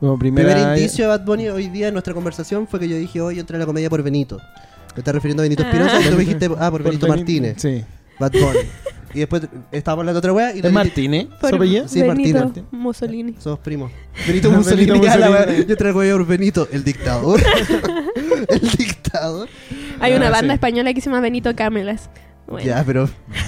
S3: Como
S1: Primer indicio de Bad Bunny hoy día en nuestra conversación fue que yo dije, hoy entré a la comedia por Benito. Me estás refiriendo a Benito
S2: Ah.
S1: Espinosa y tú me dijiste, ah, por, Benito
S3: Benito-
S1: Martínez,
S3: Sí.
S1: Bad Bunny. Y después estábamos hablando de otra wea y
S3: ¿Es Martínez? ¿Su apellido?
S1: Sí,
S2: Benito
S1: Martín.
S2: Mussolini.
S1: Somos primos. Benito
S3: Benito
S1: Mussolini. ya la
S3: Mussolini.
S1: wea. Yo traigo a Benito, el dictador. el dictador.
S2: Hay una
S3: Ah,
S2: banda
S3: sí.
S2: española que se llama Benito Camelas. Bueno.
S1: Ya, pero.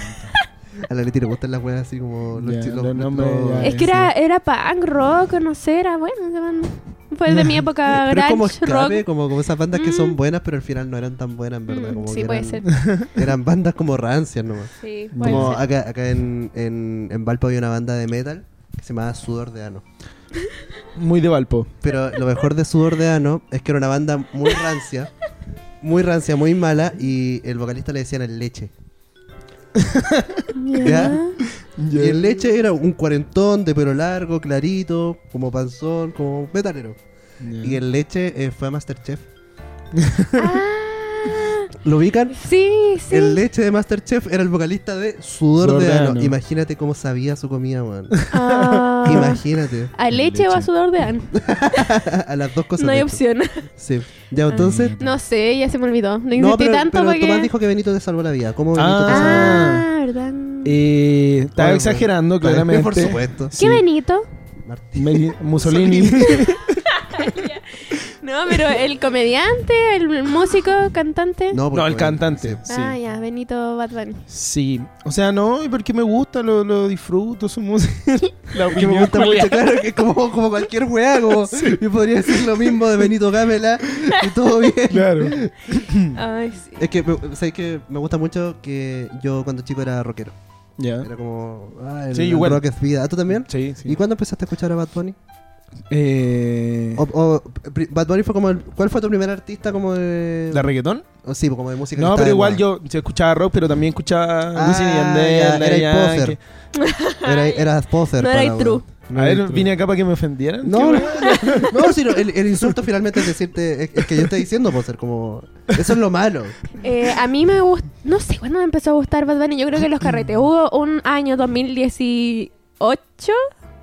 S1: A la Leti le gustan las weas así como los
S3: Ya,
S1: chi-
S3: los nombres, ya.
S2: Es que era, era punk, rock, no sé, era bueno. esa banda. Fue de mi época
S1: Pero es como
S2: grunge,
S1: escape,
S2: rock.
S1: como, como esas bandas que son
S2: Mm.
S1: buenas, pero al final no eran tan buenas, en verdad.
S2: Mm,
S1: como
S2: sí,
S1: que
S2: puede ser.
S1: eran, eran bandas como rancias nomás.
S2: Sí, puede
S1: Como
S2: ser.
S1: acá, acá en, en, en Valpo había una banda de metal que se llamaba Sudor de Ano.
S3: Muy de Valpo.
S1: Pero lo mejor de Sudor de Ano es que era una banda muy rancia, muy rancia, muy mala, y el vocalista le decían el leche.
S2: Ya.
S1: Y el leche era un cuarentón de pelo largo, clarito, como panzón, como metalero. Y el leche eh, fue a Masterchef.
S2: Ah,
S1: ¿Lo ubican?
S2: sí, sí.
S1: El leche de Masterchef era el vocalista de Sudor,
S3: Sudor
S1: de,
S3: de
S1: ano.
S3: Ano.
S1: Imagínate cómo sabía su comida, weón.
S2: Ah.
S1: Imagínate.
S2: ¿A leche o a
S3: Leche.
S2: sudor de an?
S1: a las dos cosas.
S2: No hay
S1: de hecho.
S2: opción.
S1: Sí. Ya, entonces.
S2: No sé, ya se me olvidó. No
S1: No,
S2: insistí
S1: pero,
S2: tanto
S1: pero
S2: porque...
S1: Tomás dijo que Benito te salvó la vida. ¿Cómo Benito te salvó la vida?
S2: Ah, ¿verdad?
S3: Eh, estaba
S1: Oye,
S3: exagerando,
S1: Está bien,
S3: claramente.
S1: Por supuesto.
S2: ¿Qué Benito?
S1: Martín.
S3: Meni- Mussolini.
S2: No, pero el comediante, el músico, cantante.
S1: No, porque-
S3: no, el cantante.
S1: sí.
S3: Sí.
S2: Ah, ya, Benito Bad Bunny.
S3: Sí. O sea, no, y porque me gusta, lo, lo disfruto, su música. La
S1: Que me
S3: opinión
S1: gusta
S3: culia.
S1: mucho, claro, que es como, como cualquier weá, como yo podría decir lo mismo de Benito Gamela y todo bien.
S3: Claro.
S1: Mm.
S2: Ay, sí.
S1: Es que, me- ¿sabes que Me gusta mucho que yo cuando chico era rockero.
S3: Ya.
S1: Era como, ah, el,
S3: Sí,
S1: el
S3: igual.
S1: rock es vida. ¿Ah, ¿Tú también?
S3: Sí, sí.
S1: ¿Y cuándo empezaste a escuchar a Bad Bunny?
S3: Eh,
S1: O, o, pri- Bad Bunny fue como el, ¿Cuál fue tu primer artista como de...
S3: ¿La reggaetón?
S1: o sí, pues, como de música. que
S3: No,
S1: estaba
S3: pero
S1: de
S3: igual
S1: moda.
S3: yo se escuchaba rock, pero también escuchaba
S1: Ah,
S3: Wisin y
S1: ya,
S3: Yandel, Daddy
S1: era
S3: Yankee.
S1: poser. Era, eras poser.
S2: No era
S1: para,
S2: true.
S1: weón. No
S3: A
S1: era
S3: ver,
S1: true.
S3: vine acá para que me ofendieran.
S1: No,
S3: ¿Qué
S1: no, no, no, sino el, el insulto finalmente es decirte, es, es que yo estoy diciendo, ser como, eso es lo malo.
S2: Eh, a mí me gusta, no sé cuándo me empezó a gustar Bad Bunny, yo creo que
S1: Mm.
S2: los carretes. Hubo un año 2018,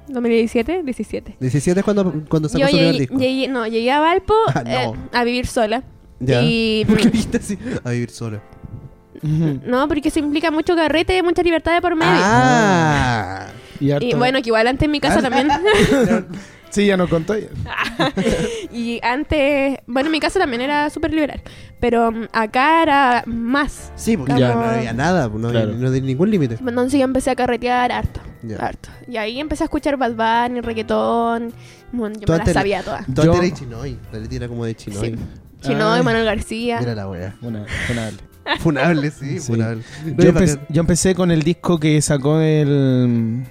S2: 2017, 17.
S1: 17 es cuando, cuando sacó
S2: Yo
S1: su primer
S2: llegué,
S1: disco.
S2: llegué- no, llegué a Valpo
S1: Ah, no.
S2: eh, a vivir sola.
S1: Ya.
S2: Y
S1: ¿Por qué dijiste así? A vivir sola.
S3: Ujú.
S2: no, porque eso implica mucho carrete, mucha libertad de por medio.
S1: Ah.
S3: Y, harto-
S2: y bueno, que igual antes en mi casa también.
S3: Sí, ya no contó.
S2: y antes, bueno, en mi casa también era súper liberal. Pero mm, acá era más.
S1: Sí, porque
S2: Ya.
S1: ya no había nada, pues, no, había-
S3: Claro.
S1: no había ningún límite.
S2: Entonces yo empecé a carretear harto.
S1: Ya.
S2: harto. Y ahí empecé a escuchar Bad Bunny, reggaetón. Bueno, yo
S1: Tú
S2: me
S1: antes
S2: las
S1: le-
S2: sabía todas.
S1: Tú antes
S3: Yo-
S1: eras chinoy, la letra era como de chinoy.
S2: Sí. Chino,
S3: Ay.
S2: Manuel García.
S1: Ah, Mira la wea.
S3: Bueno, bueno, dale.
S1: Funable, sí,
S3: Sí.
S1: funable.
S3: Yo,
S1: Oye,
S3: empe-
S1: bacán.
S3: yo empecé con el disco que sacó el.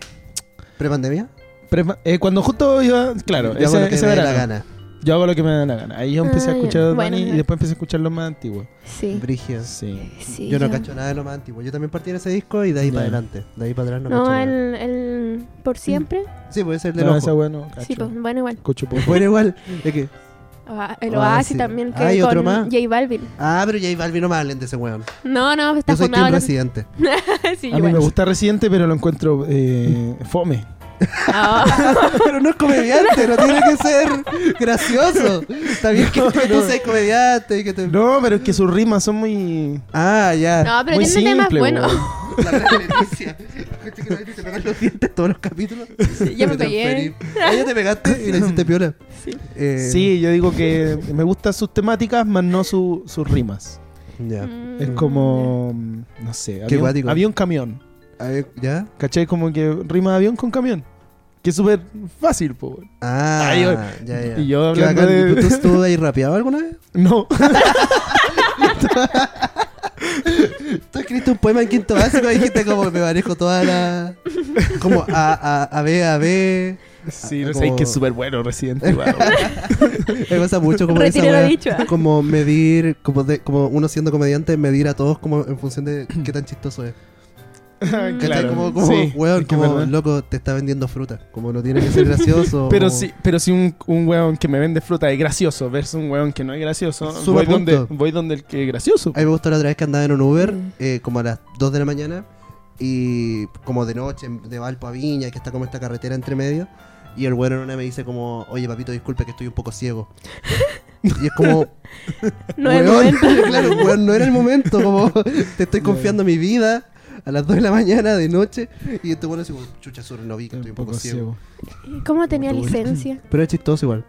S1: ¿Prepandemia?
S3: Prema- eh, cuando justo iba. Claro,
S1: Yo hago lo
S3: ese,
S1: que
S3: ese
S1: me dé
S3: verano.
S1: la gana.
S3: Yo hago lo que me da la gana. Ahí yo empecé
S2: Ah,
S3: a
S2: ya.
S3: escuchar a Bad
S2: Bueno,
S3: Bunny
S2: ya.
S3: y después empecé a escuchar los más antiguos.
S2: Sí. pues.
S1: Brígido.
S3: Sí.
S2: Sí,
S1: Yo no cacho nada de lo más antiguo. Yo también partí en ese disco y de ahí
S3: Ya.
S1: para adelante. De ahí para atrás no,
S2: No,
S1: cacho nada. Mm,
S2: el, el por siempre.
S1: Sí, puede ser de
S3: No,
S1: los.
S3: esa bueno, cacho.
S2: Sí, pues, bueno, igual.
S3: Escucho poco.
S1: Bueno, igual. Es que...
S2: Oa- El
S1: Ah,
S2: Oasis
S1: sí.
S2: también que
S1: Ah, ¿y
S2: con
S1: otro más?
S2: J Balvin.
S1: Ah, pero J Balvin no me hablen de ese weón.
S2: No, no, está
S1: Yo soy
S2: fundado.
S1: Team Residente.
S2: sí,
S3: A mí
S2: igual.
S3: me gusta Residente, pero lo encuentro eh, fome.
S2: Ah,
S1: pero no es comediante, no tiene que ser gracioso. Está bien que que tú seas comediante y que te...
S3: No, pero es que sus rimas son muy.
S1: Ah, ya.
S2: no, pero
S3: Muy
S2: tiene temas
S3: simple,
S2: buenos.
S3: weón.
S1: La gran Leticia. Gente que la Leticia se pega los dientes todos los capítulos.
S2: yo me
S1: Te
S2: pegué.
S1: transferí. Ah, ya te pegaste y le hiciste piola.
S2: Sí.
S1: Eh,
S3: Sí, yo digo que me gustan sus temáticas, más no su- sus rimas.
S1: Ya.
S2: Mm.
S3: Es como. mm, No sé.
S1: Qué
S3: Había, un,
S1: guático.
S3: había un camión.
S1: A ver, ¿Ya?
S3: ¿Cachai? Como que rima avión con camión. Que es súper fácil, po. weón.
S1: Ah,
S3: Ay, yo-
S1: ya, ya.
S3: y yo
S1: Qué
S3: hablando
S1: bacán.
S3: de-
S1: ¿Tú, tú, tú ahí rapeado alguna vez?
S3: No.
S1: Tú escribiste un poema en quinto básico y dijiste como me manejo toda la... Como A, A, A, B, A, B...
S3: Sí,
S1: Ah,
S3: no sé,
S1: como-
S3: es que es súper bueno Resident Evil. weón.
S1: Me pasa mucho como esa
S2: Retiro lo
S1: wea,
S2: dicho, ah.
S1: como medir, como de, como uno siendo comediante, medir a todos como en función de qué tan chistoso es. ¿Cachai?
S3: Claro.
S1: Como, como
S3: Sí,
S1: weón,
S3: es que es
S1: como
S3: verdad.
S1: loco te está vendiendo fruta. Como no tiene que ser gracioso.
S3: Pero
S1: como-
S3: sí, pero si un, un weón que me vende fruta es gracioso versus un weón que no es gracioso,
S1: Suma
S3: voy
S1: punto.
S3: donde, voy donde el que es gracioso.
S1: A mí me gustó la otra vez que andaba en un Uber,
S3: Mm.
S1: eh, como a las 2 de la mañana, y como de noche, de Valpo a Viña, que está como esta carretera entre medio. Y el weón en una me dice como, oye papito, disculpe que estoy un poco ciego. Y es como,
S2: No es
S1: Weón,
S2: momento.
S1: claro, weón, no era el momento. Como te estoy confiando mi vida a las 2 de la mañana de noche y este bueno así como, chucha, sobre no vi que estoy
S3: un poco ciego.
S2: ¿Cómo tenía
S3: Autobús.
S2: licencia?
S1: Pero es chistoso igual.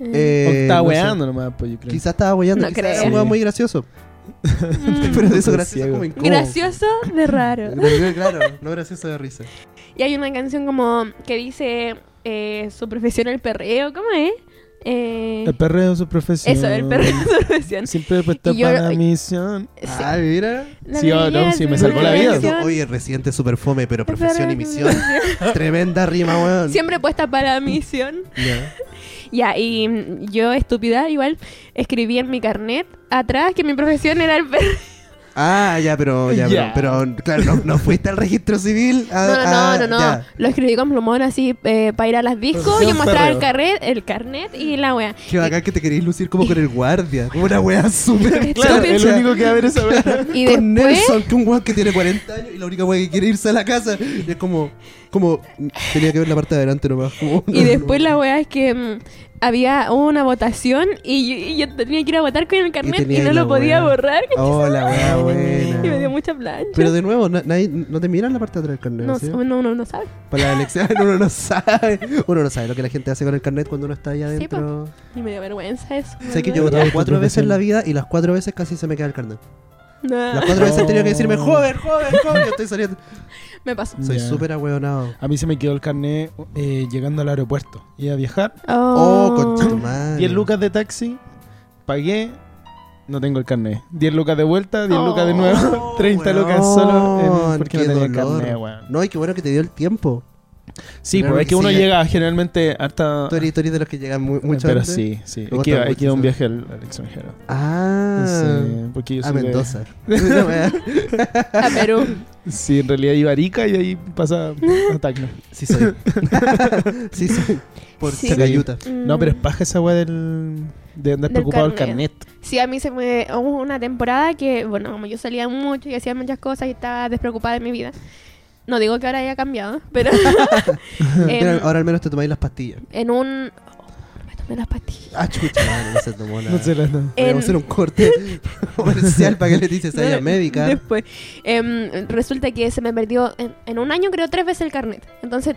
S2: Mm.
S1: Eh,
S3: O estaba
S1: no sé.
S3: weando nomás, pues yo creo.
S1: Quizás estaba hueando,
S2: No
S1: quizás
S2: creo.
S1: era un weón muy gracioso.
S2: Mm.
S1: Pero de eso
S3: Poco
S1: gracioso
S3: ciego.
S1: como incómodo.
S2: Gracioso de raro.
S1: Claro, no gracioso de risa.
S2: Y hay una canción como que dice eh, su profesión el perreo, ¿cómo es? Eh,
S3: El perreo es su profesión.
S2: eso, el perreo es su profesión.
S3: Siempre puesta
S2: Y yo-
S3: para la misión.
S2: Sí.
S1: Ah, mira.
S2: La
S3: Sí, oh, no,
S2: vida
S3: sí,
S2: es
S3: me
S2: una
S3: salvó la vida.
S2: profesión.
S1: Oye, reciente super fome, pero
S2: El perreo
S1: profesión y
S2: es una
S1: misión. Tremenda rima, weón.
S2: Siempre puesta para misión.
S1: Ya.
S2: Ya, y mm, yo, estúpida, igual, escribí en mi carnet atrás que mi profesión era el perro.
S1: Ah, ya, pero, ya,
S3: Ya.
S1: Pero, pero, claro, no, no fuiste al registro civil. a- a-
S2: No, no, no, no, no.
S1: Ah, ya.
S2: Lo escribí con plumón así eh, para ir a las discos. Yo
S3: Profesión
S2: mostraba el
S3: perreo.
S2: carnet, el carnet y la wea.
S1: Qué bacán que te queréis lucir como con el guardia. Como una weá súper.
S2: Claro,
S1: clara,
S2: el
S1: o sea,
S3: que va a ver esa weá.
S2: Y
S1: con
S2: después,
S1: Nelson, que un weón que tiene 40 años y la única weá que quiere irse a la casa. Y es como, como, tenía que ver la parte de adelante nomás. como-
S2: y después la wea es que mm, había una votación y yo, y yo tenía que ir a votar con el carnet y,
S1: tenía
S2: no
S1: ahí
S2: lo
S1: la
S2: podía
S1: wea.
S2: borrar.
S1: Oh, la weá
S2: Y me dio
S1: buena.
S2: mucha plancha.
S1: Pero de nuevo, na- nadie- no te miran la parte de atrás del carnet.
S2: no,
S1: ¿sí?
S2: no, no, no sabe.
S1: Para la elección uno no sabe. Uno no sabe lo que la gente hace con el carnet cuando uno está allá
S2: Sí, pues. po.
S1: adentro.
S2: Y me dio vergüenza eso.
S1: sé que yo he
S2: ¿verdad?
S1: votado
S3: Tu
S1: cuatro veces en
S3: profesión.
S1: la vida y las cuatro veces casi se me queda el carnet.
S2: No,
S1: Las cuatro veces he tenido que decirme,
S2: Oh.
S3: No.
S1: joven, joven, joven, yo estoy saliendo.
S2: me pasó.
S1: Soy
S3: Ya.
S1: súper ahueonado.
S3: A mí se me quedó el carnet eh, llegando al aeropuerto. Iba a viajar.
S1: Oh, concha tu madre.
S3: 10 lucas de taxi. Pagué. No tengo el carnet. 10 lucas de vuelta, 10 lucas de nuevo. 30 lucas solo.
S1: Oh, Weón,
S3: en- porque
S1: qué
S3: no tenía el
S1: dolor.
S3: carnet, weón.
S1: No, y qué bueno que te dio el tiempo.
S3: Sí,
S1: Claro
S3: pues es
S1: que
S3: que uno
S1: sí.
S3: llega generalmente hasta.
S1: Tú eres, tú eres de los que llegan mu- mucho
S3: pero
S1: antes.
S3: sí, sí.
S1: Me
S3: Aquí
S1: gusta
S3: va, aquí
S1: mucho
S3: va un
S1: eso.
S3: viaje al, al extranjero.
S1: Ah,
S3: Sí, porque yo
S1: a
S3: soy de-
S1: Mendoza. Una weá.
S2: A Perú.
S3: Sí, en realidad iba a Arica y ahí pasa a Tacna.
S1: sí, soy. sí, soy. Por
S2: Sí.
S1: Chacayuta.
S3: No, pero es paja esa weá del. De andar
S2: Del
S3: preocupado del
S2: carnet.
S3: carnet.
S2: Sí, a mí se me hubo una temporada que, bueno, como yo salía mucho y hacía muchas cosas y estaba despreocupada de mi vida. No digo que ahora haya cambiado, pero
S1: Mira,
S2: en,
S1: ahora al menos te tomáis las pastillas.
S2: en un oh, no me tomé las pastillas.
S1: Ah, chucha, madre, no se tomó nada.
S3: No sé, la- no.
S1: Voy a
S2: En-
S1: hacer un corte comercial para que le dices a ella
S2: Em, No,
S1: médica.
S2: Después, em, resulta que se me perdió en, en un año, creo, tres veces el carnet. Entonces,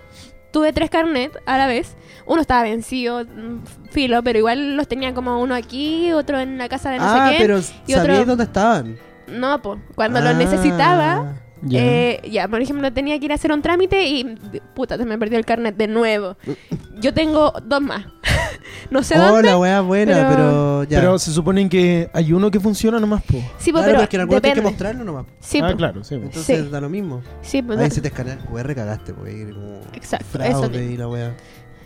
S2: tuve tres carnet a la vez. Uno estaba vencido, mm, filo, pero igual los tenía como uno aquí, otro en la casa de no
S1: ah,
S2: sé qué.
S1: pero
S2: y otro-
S1: sabíais dónde estaban.
S2: No, pues, cuando
S1: Ah.
S2: los necesitaba,
S3: Ya.
S2: eh, ya, por ejemplo, tenía que ir a hacer un trámite y puta, se me perdió el carnet de nuevo. Yo tengo dos más. no sé
S1: Oh,
S2: dónde.
S1: la wea buena,
S2: pero-
S1: pero, ya.
S3: Pero se supone que hay uno que funciona nomás, po.
S2: Sí, po,
S1: claro,
S2: pues, pero
S1: pero Ah, es que en algún momento hay que
S2: depende.
S1: mostrarlo nomás.
S2: Sí,
S3: ah,
S2: po,
S3: claro, sí. po.
S1: Entonces
S2: Sí.
S1: da lo mismo.
S2: sí, po,
S1: Ahí
S2: da-
S1: si te descargas el QR cagaste, porque era como
S2: Exacto, eso
S1: fraude
S2: mismo.
S1: y la wea.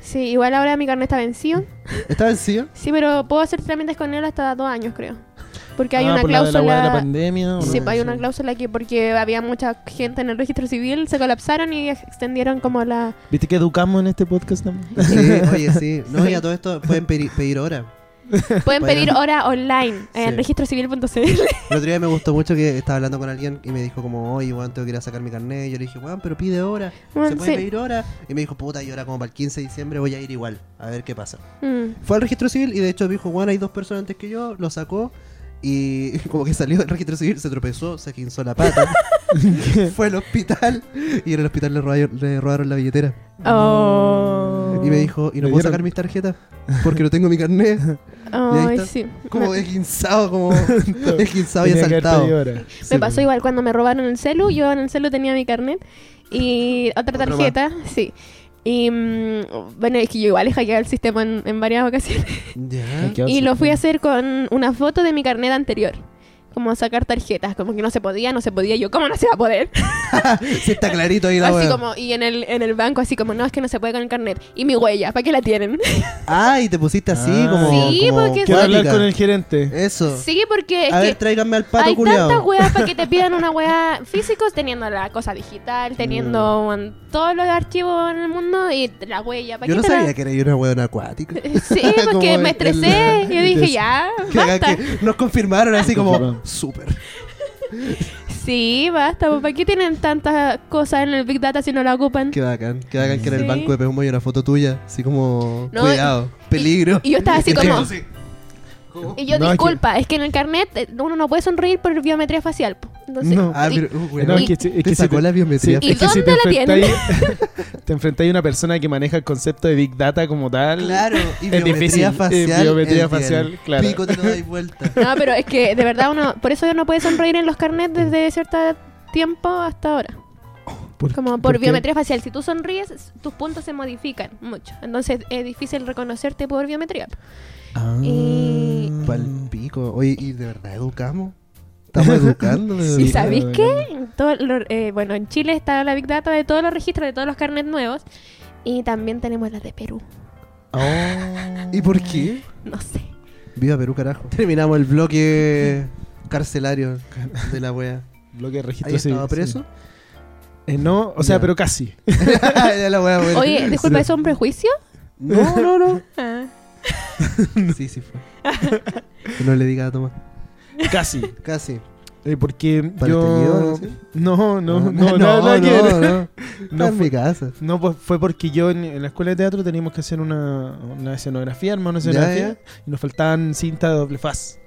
S2: Sí, igual ahora mi carnet está vencido.
S1: ¿Está vencido?
S2: Sí, pero puedo hacer trámites con él hasta dos años, creo. Porque hay
S3: Ah,
S2: una
S3: por la de
S2: cláusula.
S3: la weá de la pandemia. ¿o
S2: Sí,
S3: no?
S2: pues hay una cláusula que porque había mucha gente en el registro civil, se colapsaron y extendieron como la...
S3: ¿Viste que educamos en este podcast también?
S1: Sí, oye, sí. No, y a todo esto pueden pedi- pedir hora.
S2: Pueden
S1: Bueno.
S2: pedir hora online en
S1: Sí.
S2: registrocivil.cl.
S1: El otro día me gustó mucho que estaba hablando con alguien y me dijo como, oye, weón, tengo que ir a sacar mi carnet. Y yo le dije, weón, pero pide hora. ¿Se
S2: Bueno,
S1: puede
S2: sí.
S1: pedir hora? Y me dijo, puta, y ahora como para el 15 de diciembre voy a ir igual, a ver qué pasa.
S2: Mm.
S1: Fue al registro civil y de hecho me dijo, Juan, hay dos personas antes que yo, lo sacó y como que salió del registro civil, se tropezó, se quinzó la pata, fue al hospital y en el hospital le robaron, le robaron la billetera.
S2: Oh.
S1: Y me dijo, ¿y no
S3: Le
S1: puedo
S3: dieron-
S1: sacar mis tarjetas? Porque no tengo mi carnet. ahí
S2: Ay,
S1: está.
S2: sí.
S1: Como esguinzado, como esguinzado y
S3: Tenía que haber pedido
S1: asaltado.
S3: hora.
S2: Me
S3: Sí,
S2: pasó igual cuando me robaron el celu. Yo en el celu tenía mi carnet y otra
S1: Otro más.
S2: tarjeta, sí. Y mm, bueno, es que yo igual he hackeado el sistema en, en varias ocasiones.
S1: Ya.
S3: Hay que
S2: Y
S3: hacer-
S2: lo fui a hacer con una foto de mi carnet anterior. Como sacar tarjetas, como que no se podía, no se podía. Yo, ¿cómo no se va a poder?
S1: Sí, está clarito ahí la
S2: así
S1: wea.
S2: como, y en el, en el banco, así como, no, es que no se puede con el carnet. Y mi huella, ¿para qué la tienen?
S1: Ah, y te pusiste así
S3: Ah.
S1: como.
S2: Sí,
S1: como
S2: porque-
S3: Quiero hablar
S1: cuática.
S3: con el gerente.
S1: Eso.
S2: sí, porque es
S1: a
S2: que
S1: ver, tráiganme al pato
S2: hay tantas
S1: culiado.
S2: weas para que te pidan una wea físicos teniendo la cosa digital, teniendo
S1: Mm.
S2: un- todos los archivos en el mundo y la huella. ¿para
S1: Yo no
S2: qué te la-
S1: sabía que era una weona acuática.
S2: Sí, porque
S1: Como
S2: me
S1: el-
S2: estresé
S1: el-
S2: y yo dije,
S1: el-
S2: ya,
S1: Que haga
S2: basta.
S1: que nos confirmaron así como
S3: Confirmaron.
S1: súper.
S2: Sí, basta, pues, ¿para qué tienen tantas cosas en el Big Data si no la ocupan?
S1: Que bacán, que bacán que en el
S2: Sí.
S1: banco de Pehumo hay una foto tuya, así como
S2: No,
S1: cuidado, peligro.
S2: Y yo estaba así como...
S1: Sí.
S2: Y yo,
S3: No, es que-
S2: disculpa, es que en el carnet eh, uno no puede sonreír por biometría facial. po". Entonces,
S3: No.
S1: Ah,
S2: y-
S1: pero, uh, weón,
S3: Eh, No, es
S2: y-
S3: que, si- es
S1: te
S3: que si
S1: sacó
S3: te-
S1: la biometría.
S2: Sí. ¿Y dónde la
S3: enfrentáis- te enfrentáis a una persona que maneja el concepto de Big Data como tal.
S1: Claro, y
S3: Es
S1: biometría
S3: difícil, eh,
S1: facial.
S3: biometría
S1: entiendo.
S3: facial, claro.
S1: Pico te lo dais vuelta.
S2: No, pero es que de verdad uno. Por eso no puede sonreír en los carnets desde cierto tiempo hasta ahora. Como por,
S3: qué?
S2: biometría facial. Si tú sonríes, s- tus puntos se modifican mucho. Entonces es difícil reconocerte por biometría.
S3: Ah.
S2: Y-
S1: Pal pico. Oye, ¿y de verdad educamos? Estamos educando. de
S2: ¿Y
S1: verdad.
S2: sabéis
S3: bueno.
S2: qué? En todo lo- eh, bueno, en Chile está la Big Data de todos los registros, de todos los carnets nuevos. Y también tenemos la de Perú.
S3: Oh.
S1: ¿Y por qué?
S2: No sé.
S1: Viva Perú, carajo. Terminamos el bloque carcelario de la wea.
S3: Bloque de registro
S1: ¿Ahí estaba
S3: civil,
S1: preso?
S3: sí. Eh, no, o sea,
S1: Ya.
S3: pero casi.
S1: Ya la wea, wea.
S2: Oye, disculpa, ¿eso es un prejuicio?
S1: Eh, No, no, no.
S2: Ah.
S1: Sí, sí fue. Que no le diga a Tomás.
S3: Casi.
S1: Casi.
S3: Eh, porque
S1: ¿Para
S3: yo...
S1: el teñidor,
S3: No, no, no,
S1: Ah, no,
S3: nada- nada que ver.
S1: no, no.
S3: No
S1: Está en
S3: fue-
S1: mi casa.
S3: No, pues fue porque yo en, en la escuela de teatro teníamos que hacer una, una escenografía, hermano, una
S1: Ya,
S3: escenografía,
S1: ya.
S3: y nos faltaban cinta de doble faz,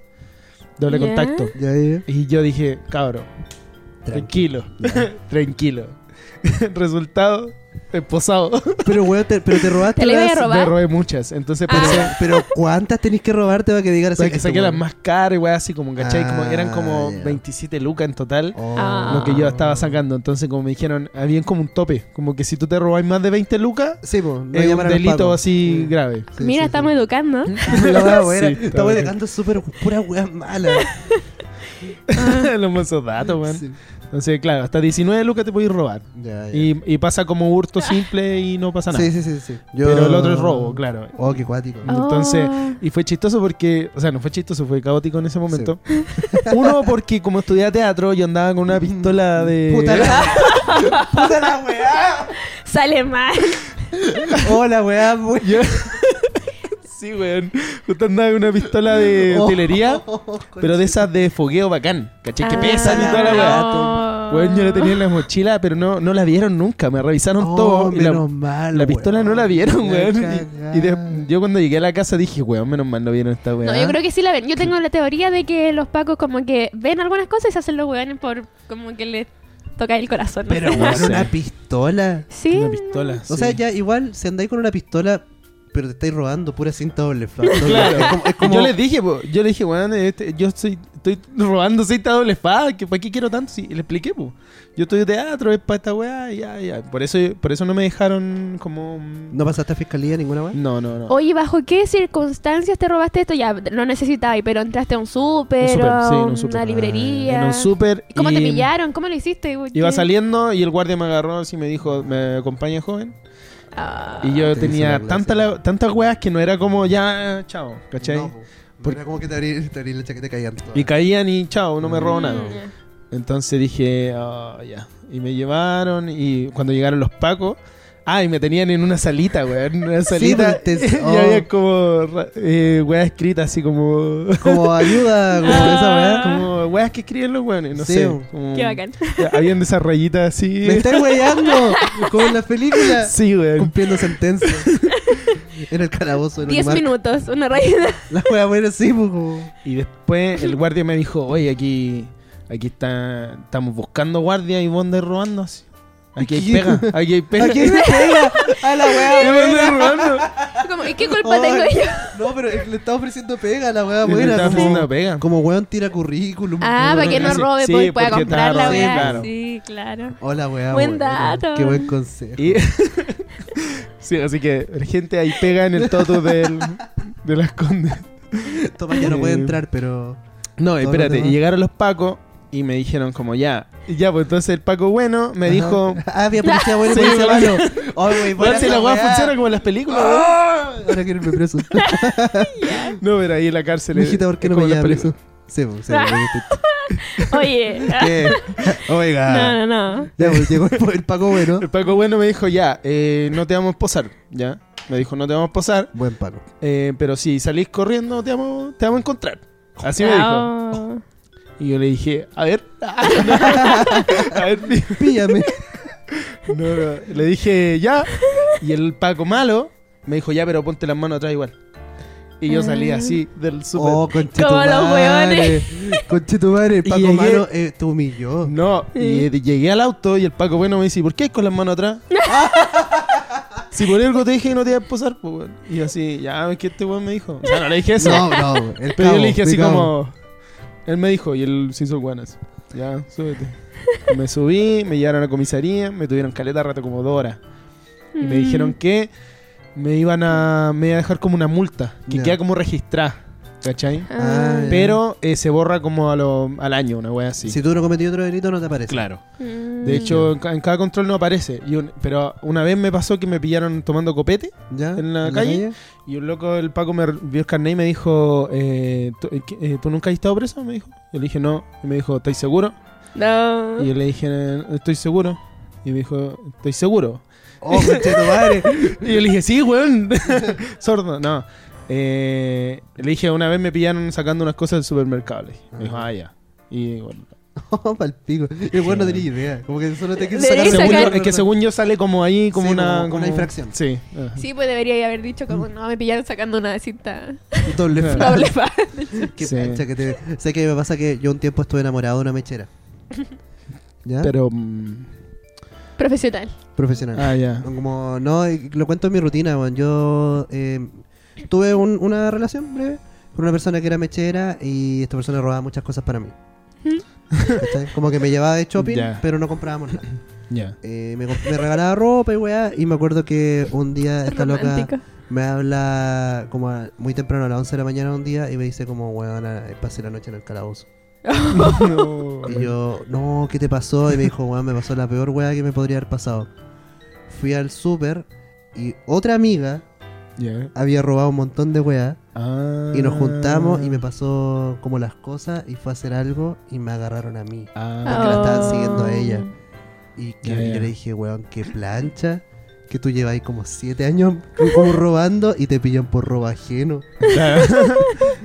S3: doble
S2: Ya.
S3: contacto.
S1: Ya, ya.
S3: Y yo dije, cabro, tranquilo, tranquilo. Resultado, esposado.
S1: Pero weón, te, pero te robaste.
S2: Te la iba a
S1: las-
S2: robar.
S3: Me robé muchas,
S2: Ah.
S3: entonces
S1: Pero,
S3: pensé,
S1: pero ¿cuántas tenés que robarte para que digas
S3: para que saqué las más caras, weá, así como, ¿cachai? como, eran como
S1: Ah, ya.
S3: 27 lucas en total.
S2: Ah.
S3: Lo que yo estaba sacando, entonces como me dijeron, había como un tope, como que si tú te robáis más de 20 lucas,
S1: Sí, pues. No
S3: es un
S1: llamar a los
S3: delito
S1: pacos.
S3: así
S1: Mm.
S3: grave.
S1: Sí,
S2: Mira,
S1: sí,
S2: estamos
S1: sí.
S2: educando.
S1: La wea buena.
S3: Sí, está
S1: Estamos
S3: bueno.
S1: dejando súper pura wea mala.
S3: los mozos datos, man.
S1: Sí. Ah,
S3: Entonces, claro, hasta 19 lucas te podéis robar.
S1: Ya, ya.
S3: Y, y pasa como hurto simple y no pasa nada.
S1: Sí, sí, sí, sí. Yo-
S3: Pero el otro es robo, claro.
S1: Oh, qué cuático.
S3: Entonces,
S2: Oh.
S3: Y fue chistoso porque, o sea, no fue chistoso, fue caótico en ese momento. Uno, porque como estudiaba teatro, yo andaba con una pistola Ah, de.
S1: Mm. Puta la, puta la weá.
S2: Sale mal.
S1: Hola, weá. muy-
S3: Yo- eh, sí, weón. Justo andaba con una pistola
S1: Oh.
S3: de utilería, pero de esas de fogueo bacán. ¿Cachai? Que
S2: Ah,
S3: pesan y toda la weá.
S1: Oh.
S2: no.
S3: Weón, yo la tenía en la mochila, pero no, no la vieron nunca. Me revisaron
S1: Oh,
S3: todo. y la-
S1: menos mal,
S3: La pistola
S1: weón.
S3: no la vieron,
S1: La
S3: weón. Y, y de-
S1: cagada.
S3: yo cuando llegué a la casa dije, weón, menos mal no vieron esta weón.
S2: No, yo creo que sí la ven. Yo tengo la teoría de que los pacos como que ven algunas cosas y se hacen los hueones por como que les toca el corazón. ¿no?
S1: Pero
S3: No
S1: weón,
S3: sé.
S1: una pistola.
S2: sí.
S3: Una pistola.
S1: O
S3: sí.
S1: sea, ya igual, si andáis con una pistola, pero te estáis robando pura cinta doble flash.
S3: Claro.
S1: Es como, es como-
S3: Yo les dije, po, yo le dije, weón, este, yo estoy, estoy robando cita doble espada, que para qué quiero tanto, sí, y le expliqué, po. Yo estoy de teatro, es para esta weá, y ya, ya. Por eso, por eso no me dejaron como.
S1: ¿No pasaste a fiscalía ninguna weá?
S3: No, no, no.
S2: Oye, ¿bajo qué circunstancias te robaste esto? Ya, lo necesitabas, pero entraste a un
S3: Un
S2: súper,
S3: súper,
S2: a
S3: sí, en un
S2: una
S3: súper. Ah,
S2: librería.
S3: En un súper.
S2: ¿Y ¿Cómo
S3: y-
S2: te pillaron? ¿Cómo lo hiciste?
S3: Iba saliendo y el guardia me agarró así y me dijo, ¿me acompaña joven?
S2: Ah.
S3: Y yo
S1: te hizo
S3: tenía
S1: la
S3: tanta
S1: clase.
S3: la- tantas weas que no era como ya, chao, ¿cachai?
S1: No, po.
S3: Por-
S1: Era como que te abrí, te abrí la chaqueta y caían todas.
S3: y caían y chao, no me robó
S2: Mm,
S3: nada.
S2: ya.
S3: Entonces dije, "Ah, ya. Y me llevaron y cuando llegaron los pacos, ah, y me tenían en una salita, weón, en una salita.
S1: pues, te-
S3: y
S1: oh.
S3: había como ra- eh, weas escritas así como...
S1: Como ayuda, como
S2: Ah.
S1: esa weá.
S3: Como weas que escriben los weones, no
S1: Sí.
S3: sé. como-
S2: Qué bacán.
S3: Habían de esas rayitas así.
S1: ¡Me estáis weyando! Como en las películas.
S3: Sí, weón.
S1: Cumpliendo sentencia. en el calabozo. En
S2: Diez
S1: Unimarc.
S2: minutos, una rayada.
S1: La wea buena, sí, po, como...
S3: Y después el guardia me dijo, oye, aquí, aquí está, estamos buscando guardia y Bonder robando así. Aquí hay
S1: Aquí-
S3: pega, aquí hay pega.
S1: quién me pega? ¡A la
S3: Y
S1: wea
S3: Bonder robando.
S2: Como, ¿y qué culpa tengo
S1: Ay.
S2: yo?
S1: No, pero es que le estaba ofreciendo pega a la wea
S3: Y me
S1: buena.
S3: estaba haciendo
S1: Como,
S3: pega.
S1: como weón tira currículum.
S2: Ah, para que no
S3: Sí,
S2: robe,
S3: sí,
S2: pues pueda
S3: porque
S2: comprar
S3: está
S2: la
S3: robando,
S2: weá.
S3: claro.
S2: Sí, claro.
S1: Hola, weá.
S2: Buen
S1: buena.
S2: dato.
S1: Qué buen consejo.
S3: Y- sí, así que, gente, ahí pega en el toto del, de las condes.
S1: Toma, ya no puede
S3: Eh,
S1: entrar, pero.
S3: No, espérate,
S1: demás.
S3: y llegaron los pacos y me dijeron como ya. Y ya, pues entonces el paco bueno me
S1: Ajá.
S3: dijo...
S1: Ah, había policía bueno y
S3: Sí,
S1: policía
S3: weón.
S1: malo. Ay, wey,
S3: Bueno,
S1: buena
S3: si la
S1: esa
S3: weá
S1: weá.
S3: funciona como en las películas, weón.
S1: Ah, Ahora quiero irme preso.
S3: No, pero ahí en la cárcel. es-
S1: Mijita, ¿por qué
S3: es
S1: no
S3: como
S1: me
S3: en las
S1: lleva preso?
S3: películas.
S1: Sí, po, sí, po,
S2: Oye.
S1: ¿Qué?
S3: Ah.
S1: Oiga.
S2: No, no, no.
S1: Ya, pues llegó el, el Paco bueno.
S3: El paco bueno me dijo ya, eh, no te vamos a posar, ya. Me dijo, no te vamos a posar,
S1: Buen Paco.
S3: eh, pero si salís corriendo te vamos, te vamos a encontrar. Así me dijo.
S2: Oh.
S3: Y yo le dije, a ver. a ver, di-
S1: Píllame.
S3: No, no, Le dije, ya. Y el Paco malo me dijo, ya, pero ponte las manos atrás igual. Y yo salí así del súper.
S1: Oh,
S2: Como los
S1: conchetumare. Conchetumare, Paco
S3: llegué-
S1: Mano eh, te humilló.
S3: No, y eh, llegué al auto y el Paco Bueno me dice, ¿por qué hay con las manos atrás? si por algo te dije que no te iba a esposar, pues, weón. Y yo así, ya, es que este weón me dijo. O sea, no le dije eso.
S1: No, no, el
S3: pero
S1: cabo,
S3: yo le dije así
S1: mi cabo.
S3: como... Él me dijo, y él se hizo el weón así, Ya, súbete. me subí, me llevaron a la comisaría, me tuvieron caleta rato como dos horas. Y me
S2: Mm.
S3: dijeron que me iban a... Me iba a dejar como una multa, que
S1: Ya.
S3: queda como registrada, ¿cachai?
S2: Mm.
S1: Ah, ya.
S3: Pero eh, se borra como a lo- al año, una wea así.
S1: Si tú no cometí otro delito, no te aparece.
S3: Claro.
S2: Mm.
S3: De hecho, en, ca- en cada control no aparece. Y un- pero una vez me pasó que me pillaron tomando copete
S1: ¿Ya?
S3: ¿En la calle? y un loco, el Paco, me r- vio el carnet y me dijo, eh, ¿tú, eh, qué- eh, ¿tú nunca has estado preso? Me dijo. Yo le dije, no. Y me dijo, ¿estás seguro?
S2: No.
S3: Y yo le dije, "Eh, estoy seguro. Y me dijo, ¿estoy seguro?
S1: Oh, conchetumare.
S3: Y yo le dije, sí, weón. Sordo, no. Eh, le dije, una vez me pillaron sacando unas cosas del supermercado. Le dije. Me dijo, ah, ya. Y bueno,
S1: Oh, palpico. El weón no tenía idea. Como que solo te quiso
S2: Debería
S1: sacar
S2: Queréis
S3: Según
S2: sacar-
S3: yo- es que según yo sale como ahí, como
S1: Sí,
S3: una...
S1: como una infracción.
S3: Sí. ajá.
S2: Sí, pues debería haber dicho como no, me pillaron sacando una cinta
S1: Doble
S3: Claro.
S1: fra-
S2: doble fa.
S1: Qué
S3: Sí.
S1: pancha que te... Sé que me pasa que yo un tiempo estuve enamorado de una mechera. ¿Ya?
S3: Pero... mm,
S2: Profesional.
S1: Profesional.
S3: Ah, ya.
S1: Como, no, y lo cuento en mi rutina, weón. Yo eh, tuve un- una relación breve con una persona que era mechera y esta persona robaba muchas cosas para mí. ¿Cachai? Como que me llevaba de shopping,
S3: Ya.
S1: pero no comprábamos nada.
S3: Ya.
S1: Eh, me, comp- me regalaba ropa y weá. Y me acuerdo que un día esta
S2: Romántico.
S1: loca me habla como a- muy temprano, a las 11 de la mañana un día, y me dice como, weón, pasé la noche en el calabozo. Y yo, no, ¿qué te pasó? Y me dijo, weón, me pasó la peor weá que me podría haber pasado. Fui al súper y otra amiga
S3: Ya.
S1: había robado un montón de weá.
S3: Ah.
S1: Y nos juntamos y me pasó como las cosas y fue a hacer algo y me agarraron a mí.
S3: Ah.
S1: Porque la
S2: Oh.
S1: estaban siguiendo a ella. Y que
S3: Ya,
S1: y
S3: ya.
S1: yo le dije, weón, qué plancha. Que tú lleváis como siete años como robando y te pillan por robo ajeno.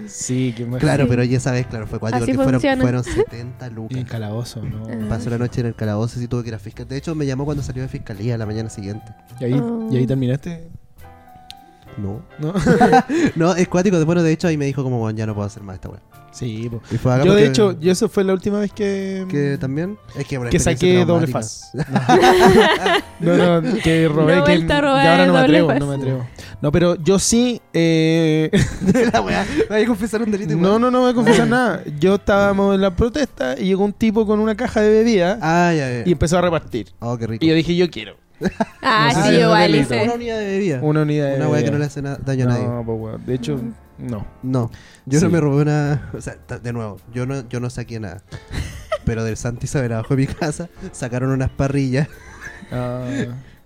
S3: sí, qué más.
S1: Claro,
S2: Sí.
S1: pero ya sabes, claro, fue cuático
S2: Así
S1: porque fueron,
S2: funciona.
S1: fueron 70
S3: Y
S1: lucas.
S3: en calabozo, ¿no?
S2: Ah.
S1: Pasó la noche en el calabozo y tuve que ir a fiscal. De hecho, me llamó cuando salió de fiscalía la mañana siguiente.
S3: ¿Y ahí,
S2: Oh.
S3: ¿Y ahí terminaste?
S1: No.
S3: ¿No?
S1: No, es cuático. Bueno, de hecho, ahí me dijo como, bueno, ya no puedo hacer más esta weá.
S3: sí, po.
S1: Y fue acá
S3: Yo, de
S1: porque-
S3: hecho, yo eso fue la última vez que.
S1: que también... Es que,
S3: que saqué doble
S1: faz.
S3: faz. No, no, que robé.
S2: No
S3: que,
S2: vuelta a robar
S3: y ahora no me
S2: doble
S3: atrevo,
S2: faz.
S3: no me atrevo. No, pero yo sí. Eh,
S1: la weá. Me voy a confesar un delito
S3: no,
S1: igual.
S3: no, no voy a confesar nada. Yo estábamos en la protesta y llegó un tipo con una caja de bebida
S1: Ah, ya,
S3: y
S1: ya.
S3: empezó a repartir.
S1: Oh, qué rico.
S3: Y yo dije, yo quiero.
S2: Ah,
S3: No sé.
S2: sí,
S3: Ah,
S2: igual
S3: delito.
S2: hice.
S1: Una unidad de bebida. Una,
S3: Una unidad de
S1: weá que
S3: bebida.
S1: no le hace na- daño a nadie.
S3: No, pues, weón. De hecho,
S2: Mm.
S3: no.
S1: No. Yo no
S3: Sí.
S1: me robé una. O sea, ta- de nuevo, yo no, yo no saqué nada. Pero del Santi Isabel abajo de mi casa sacaron unas parrillas.
S3: Ah,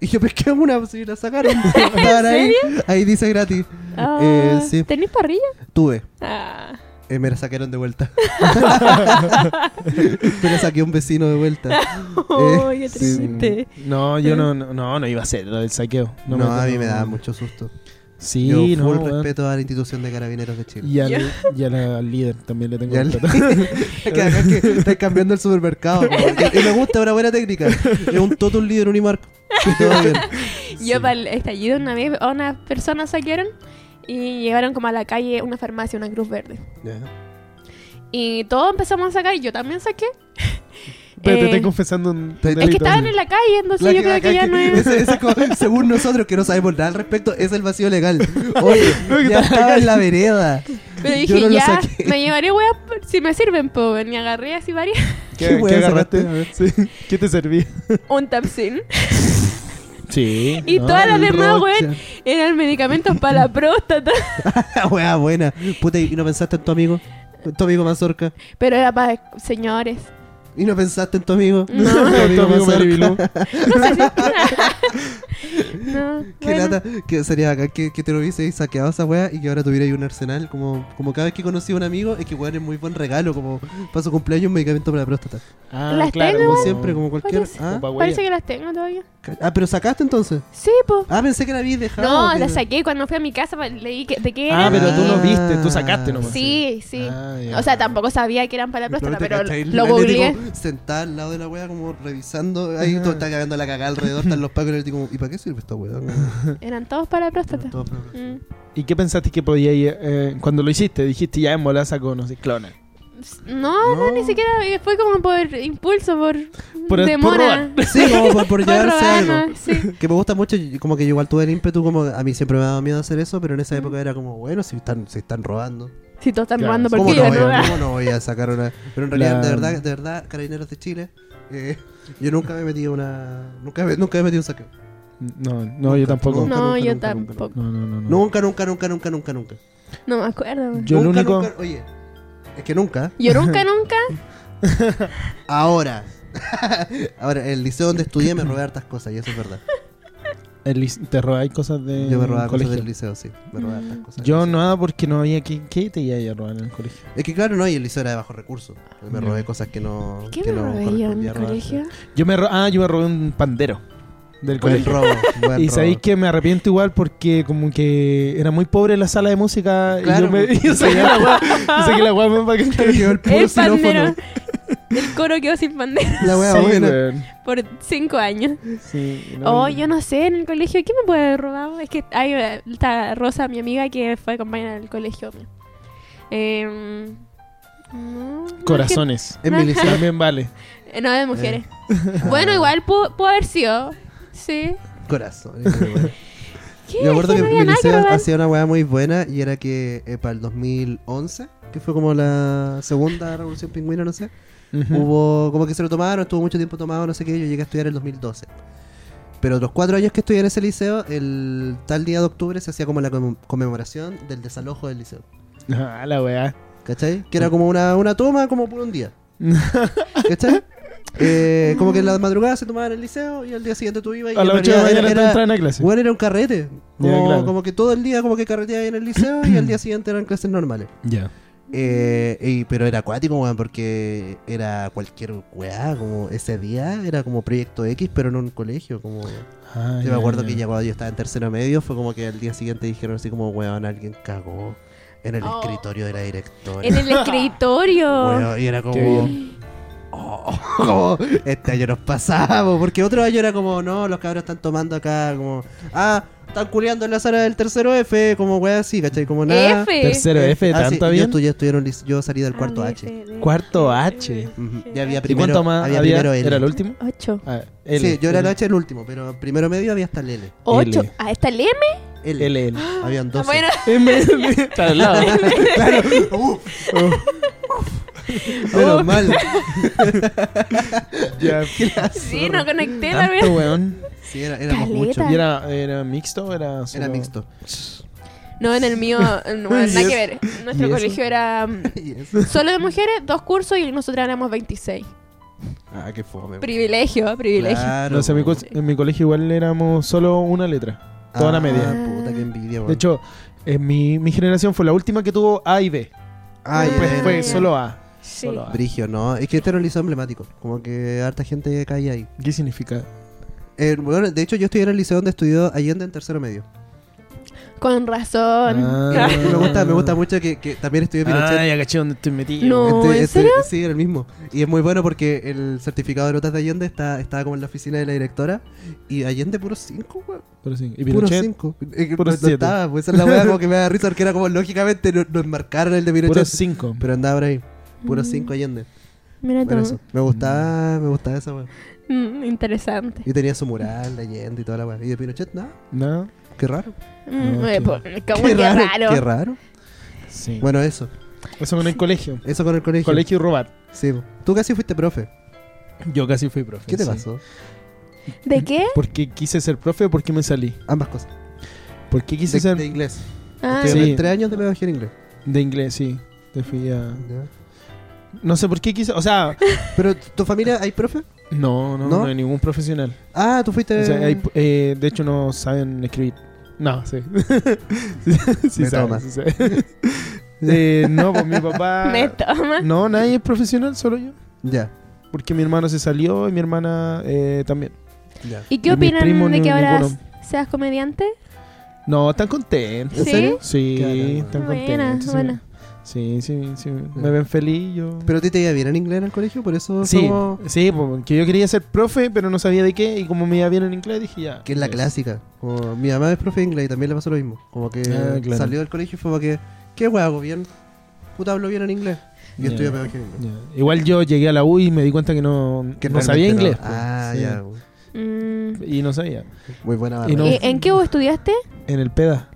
S1: Y yo pesqué una, pues, y la sacaron. Estaban ahí. Ahí dice gratis.
S2: Ah,
S1: Eh, sí.
S2: ¿Tenés parrilla?
S1: Tuve.
S2: Ah.
S1: Eh, me la sacaron de vuelta. Pero saqué a un vecino de vuelta.
S2: Oh, qué
S1: Eh, sí.
S2: triste.
S3: mm. no, yo no, no, no, no iba a hacer lo del saqueo.
S1: No, a mí me daba
S3: da
S1: mucho susto.
S3: Sí,
S1: yo
S3: no,
S1: full
S3: weón.
S1: respeto a la institución de carabineros de Chile.
S3: Y al, y al- al líder también le tengo
S1: Ya le-
S3: respeto.
S1: que acá es que estás cambiando el supermercado. ¿no? Y, y me gusta una buena técnica. Es un total líder Unimark. Te va bien.
S2: Yo para el estallido una vez a unas personas saquearon y llevaron como a la calle una farmacia, una cruz verde. Y todos empezamos a sacar y yo también saqué.
S3: Pero te
S2: Eh,
S3: estoy confesando
S1: Te-
S3: un
S1: Es que
S2: Es que
S3: delito.
S2: estaban en la calle, entonces
S1: La
S2: yo
S1: que-
S2: creo
S1: acá
S2: que ya
S1: que-
S2: no es...
S1: ese- ese como- según nosotros, que no sabemos nada al respecto, es el vacío legal. Oye,
S3: No, que
S1: ya
S3: estaba
S1: estaba en la vereda.
S2: Pero
S1: Yo
S2: dije,
S1: no lo
S2: ya,
S1: saqué.
S2: me llevaré weas si me sirven, po. Y agarré así varias.
S1: ¿Qué
S3: ¿Qué, ¿qué
S1: weón
S3: agarraste?
S1: sacaste?
S3: A ver, sí. ¿Qué te servía?
S2: Un Tapsin.
S3: Sí.
S2: Y todas las
S1: el
S2: demás,
S1: Rocha.
S2: weón, eran medicamentos para la próstata.
S1: La wea buena. Puta, ¿y no pensaste en tu amigo? En tu amigo Mazorca.
S2: Pero era para señores.
S1: ¿Y no pensaste en tu amigo?
S2: No.
S1: Tu amigo Mazorca.
S2: No sé si... no,
S1: Qué
S2: bueno.
S1: lata, que sería acá que, que te lo hubiese saqueado esa wea y que ahora tuviera ahí un arsenal. Como, como cada vez que conocí a un amigo, es que weón es muy buen regalo. Como para su cumpleaños, un medicamento para la próstata.
S3: Ah,
S2: Las
S3: claro.
S2: tengo,
S1: Como
S2: Igual.
S1: siempre, como cualquier.
S2: Parece-
S1: Ah,
S2: Parece que las tengo todavía.
S1: ca- ah, pero sacaste entonces.
S2: Sí, po.
S1: Ah, pensé que la habías dejado.
S2: No,
S1: que-
S2: las saqué cuando fui a mi casa, pa- leí que, de qué
S3: Ah,
S2: eran.
S3: pero tú no
S1: Ah.
S3: viste, tú sacaste nomás.
S2: Sí, sí.
S3: Ah, ya.
S2: O sea, tampoco sabía que eran para la próstata,
S1: Ahorita,
S2: pero
S1: ¿cachai?
S2: lo
S1: La Leti
S2: googleé.
S1: como Sentada al lado de la wea, como revisando. Ahí todo está cagando la cagada alrededor, están los pacos y la Leti como, ¿y para qué sirve esta wea?
S2: Eran todos para la próstata.
S1: Todo para-
S2: Mm.
S3: ¿Y qué pensaste que podía ir? eh, cuando lo hiciste, dijiste ya en bola saco, no sé, clona.
S2: No, no,
S3: No.
S2: ni siquiera. eh, Fue como por impulso, por,
S3: Por- por
S2: demora.
S1: Sí, como por, por
S2: Por
S1: llevarse
S2: robar,
S1: algo.
S2: ¿no? Sí.
S1: Que me gusta mucho, y como que yo igual tuve el ímpetu, como a mí siempre me ha dado miedo hacer eso, pero en
S2: Mm.
S1: esa época era como, bueno, si están, se están robando.
S2: Si todos están
S3: Claro.
S2: robando, ¿por
S1: ¿Cómo
S2: qué
S1: no,
S2: yo
S1: voy
S2: no?
S1: a, cómo no voy a sacar una...? Pero en realidad,
S3: La-
S1: de verdad, de verdad, Carabineros de Chile, eh, yo nunca me metí a una... Nunca, me- nunca me metí a un saqueo.
S3: No, no, yo tampoco.
S1: Nunca,
S2: No,
S1: nunca,
S2: yo
S1: nunca, nunca,
S2: tampoco.
S3: No, no, no. no.
S1: Nunca, nunca, nunca, nunca, nunca, nunca.
S2: No me acuerdo.
S3: Yo el
S1: Nunca,
S3: único.
S1: nunca- oye, es que nunca.
S2: Yo nunca, nunca.
S1: Ahora. Ahora, en el liceo donde estudié me robé hartas cosas, y eso es verdad.
S3: el lic- te robáis cosas de.
S1: Yo me robaba
S3: Mm, colegio.
S1: cosas del liceo, sí. Me robaba hartas cosas. del
S3: Yo
S1: liceo.
S3: nada porque no había que, que te iba a ir a robar en el colegio.
S1: Es que claro, no, y el liceo era de bajo recursos. Me robé cosas que no.
S2: ¿Qué
S1: que
S2: me
S1: no
S2: robé yo en
S1: correspondía
S2: el
S1: robarse.
S2: colegio?
S3: Yo me ro- ah, yo me robé un pandero del
S1: Buen
S3: colegio.
S1: robo. Buen
S3: Y
S1: robo.
S3: sabéis que me arrepiento igual porque como que era muy pobre la sala de música
S1: Claro,
S3: y yo me
S1: pues.
S3: y yo saqué la guapa, yo saqué la guapa más bacán que había.
S1: el puro
S2: El
S1: xilófono.
S2: pandero. El coro quedó sin pandero
S1: La wea
S3: Sí,
S1: buena.
S3: weón.
S2: por cinco años.
S3: Sí, no,
S2: Oh, yo no sé, en el colegio, ¿qué me puede haber robado? Es que hay eh, esta Rosa, mi amiga, que fue compañera del colegio. Eh, no, no,
S3: Corazones.
S1: En mi liceo.
S3: También vale.
S2: es que- eh, no, de mujeres.
S1: Ah.
S2: Bueno, igual pudo, pudo haber sido. Sí.
S1: Corazón. esa wea.
S2: ¿Qué?
S1: Yo me acuerdo
S2: Sí,
S1: que
S2: no había
S1: mi
S2: nada que
S1: liceo
S2: robar.
S1: hacía una weá muy buena y era que eh, para el 2011, que fue como la segunda revolución pingüina, no sé.
S3: Ujú.
S1: Hubo, como que se lo tomaron, estuvo mucho tiempo tomado, no sé qué, yo llegué a estudiar en el 2012. Pero los cuatro años que estudié en ese liceo, el tal día de octubre se hacía como la com- conmemoración del desalojo del liceo.
S3: Ah, la weá.
S1: ¿Cachai? Que
S3: Ah.
S1: era como una, una toma, como por un día. ¿Cachai? Eh, como que en la madrugada se tomaban en el liceo y al día siguiente tú ibas y
S3: A
S1: en
S3: las 8 de
S1: realidad
S3: la mañana
S1: era-
S3: te
S1: era-
S3: entran a clase.
S1: bueno, era un carrete. Como,
S3: Ya, claro.
S1: como que todo el día como que carreteaba en el liceo y al día siguiente eran clases normales.
S3: Ya.
S1: Eh, y- pero era acuático, weón, porque era cualquier weá, como ese día era como Proyecto X, pero en un colegio. Como,
S3: Ah,
S1: yo
S3: ya,
S1: me acuerdo
S3: ya.
S1: que ya cuando yo estaba en tercero medio fue como que al día siguiente dijeron así como, weón, alguien cagó en el
S2: Oh.
S1: escritorio de la directora.
S2: En el escritorio.
S1: Weón, y era
S3: Qué
S1: como, "Oh",
S3: bien.
S1: como, este año nos pasamos, porque otro año era como, no, los cabros están tomando acá, como, ah, están culeando en la sala del tercero F, como weá así, ¿cachai? Como nada.
S2: F. Ah,
S3: Tercero
S1: Eh,
S3: F,
S1: ah, sí,
S3: tanto
S1: yo
S3: bien.
S1: estudié- estudié en un lic- yo salí del
S2: A,
S1: cuarto
S2: B,
S1: H.
S2: C, D,
S3: Cuarto
S2: E, F,
S3: H.
S1: Ujú.
S2: G,
S1: Ya había
S3: ¿Y
S1: primero,
S3: cuánto más
S1: había,
S3: había?
S1: primero L.
S3: ¿Era el último?
S2: Ocho.
S3: Ah, L.
S1: Sí, yo era el H el último, pero primero medio había hasta el L.
S2: Ocho.
S3: L.
S2: Ah, está el M.
S1: L.
S3: L, L.
S1: Habían
S2: Ah,
S1: dos.
S2: Bueno,
S3: M, L. Está al lado.
S2: Oh.
S1: Menos mal.
S3: Ya.
S2: sí, no conecté la
S3: Tanto,
S2: vez.
S3: weón.
S1: Sí, era, éramos
S2: Caleta.
S1: muchos.
S3: ¿Y era, era mixto o era solo?
S1: Era mixto.
S2: No, en el mío, no, nada
S3: ¿Y eso?
S2: que ver. Nuestro
S3: ¿Y eso?
S2: colegio era mm,
S1: Y eso.
S2: solo de mujeres, dos cursos y nosotras éramos 26.
S1: Ah, qué fome.
S2: Privilegio, privilegio.
S1: Claro.
S3: No sé, mi co- en mi colegio igual éramos solo una letra. toda la media.
S1: Ah, puta, qué envidia, weón.
S3: De hecho, en mi, mi generación fue la última que tuvo A y B.
S1: Ay,
S3: Después
S1: ay,
S3: fue
S1: ay.
S3: solo A.
S2: Sí.
S3: Solo A.
S1: Brigio, no. Es que este era un liceo emblemático. Como que harta gente caía ahí.
S3: ¿Qué significa?
S1: Eh, bueno, de hecho, yo estudié en el liceo donde estudió Allende en tercero medio.
S2: Con razón.
S3: Ah.
S1: Y me gusta, me gusta mucho que, que también estudié Pinochet. Este,
S3: Ah, ya caché donde estoy metido.
S2: No. Oh, ¿en serio?
S1: Sí, era el mismo. Y es muy bueno porque el certificado de notas de Allende está, estaba como en la oficina de la directora. Y Allende, puro 5, weón.
S3: Pero sí. ¿Y
S1: Puro
S3: Pinochet?
S1: 5. Eh,
S3: Puro
S1: no- no
S3: siete.
S1: estaba, pues esa es la weá como que me da risa porque era como lógicamente no, no enmarcaron el de
S3: Puro
S1: Pinochet.
S3: 5.
S1: pero andaba por ahí. Puro
S2: Mm.
S1: 5 Allende.
S2: Mira
S1: Bueno,
S2: tú.
S1: eso. Me gustaba, me gustaba esa weá.
S2: Mm, interesante.
S1: Y tenía su mural de Allende y toda la weá. Y de Pinochet, nada.
S3: ¿No?
S1: Qué raro.
S2: Mm,
S3: No,
S2: eh,
S3: qué-
S2: po- como que raro.
S1: Qué raro.
S3: Sí.
S1: Bueno, eso.
S3: Eso con el colegio.
S1: Eso con el colegio.
S3: Colegio y robar.
S1: Sí. Tú casi fuiste profe.
S3: Yo casi fui profe.
S1: ¿Qué te
S3: sí.
S1: pasó?
S2: ¿De qué?
S3: Porque quise ser profe o porque me salí.
S1: Ambas cosas.
S3: Porque quise
S1: De,
S3: ser
S1: de
S3: de...
S1: inglés.
S2: Ah,
S1: Te
S3: Sí.
S1: llevé tres años de pedagogía en inglés.
S3: inglés, sí. Te fui a... No sé por qué quise... O sea,
S1: Pero, ¿tu familia hay profe?
S3: no, no,
S1: ¿No?
S3: no, hay ningún profesional.
S1: Ah, tú fuiste.
S3: O sea, hay- eh, de hecho, no saben escribir. No, sí. sí, sí
S1: Me
S3: saben,
S1: toma.
S3: sí saben. Eh, no, pues mi papá.
S2: me toma.
S3: No, nadie es profesional, solo yo.
S1: Ya.
S3: Porque mi hermano se salió y mi hermana eh, también.
S1: ya.
S2: ¿Y qué
S3: y mis
S2: opinan
S3: primos
S2: de
S3: ni-
S2: que ahora
S3: ninguno.
S2: seas comediante?
S3: No, están contentos.
S1: ¿En
S2: Sí.
S1: serio?
S3: Sí,
S1: Qué bacán.
S3: están
S2: Buena,
S3: contentos. sí.
S2: buena.
S3: Sí, sí, sí. Me ven feliz. Yo...
S1: Pero a ti te iba bien en inglés en el colegio, por eso
S3: sí,
S1: somos-
S3: sí, porque yo quería ser profe, pero no sabía de qué. Y como me iba bien en inglés, dije ya.
S1: Que es la
S3: Sí.
S1: clásica. Como, mi mamá es profe de inglés y también le pasó lo mismo. Como que
S3: Ah, claro.
S1: salió del colegio y fue como que, ¿qué hueá hago bien? Puta, hablo bien en inglés. Y
S3: Ya.
S1: estudié pedagogía en inglés.
S3: Ya. Igual yo llegué a la U y me di cuenta que no,
S1: Que
S3: no
S1: realmente
S3: sabía inglés. pues.
S1: Ah,
S3: Sí.
S1: ya. güey.
S2: Mm.
S3: Y no sabía.
S1: Muy buena barra.
S3: Y
S1: Ah,
S3: no-
S2: ¿Y ¿En qué vos estudiaste?
S3: En el E PEDA.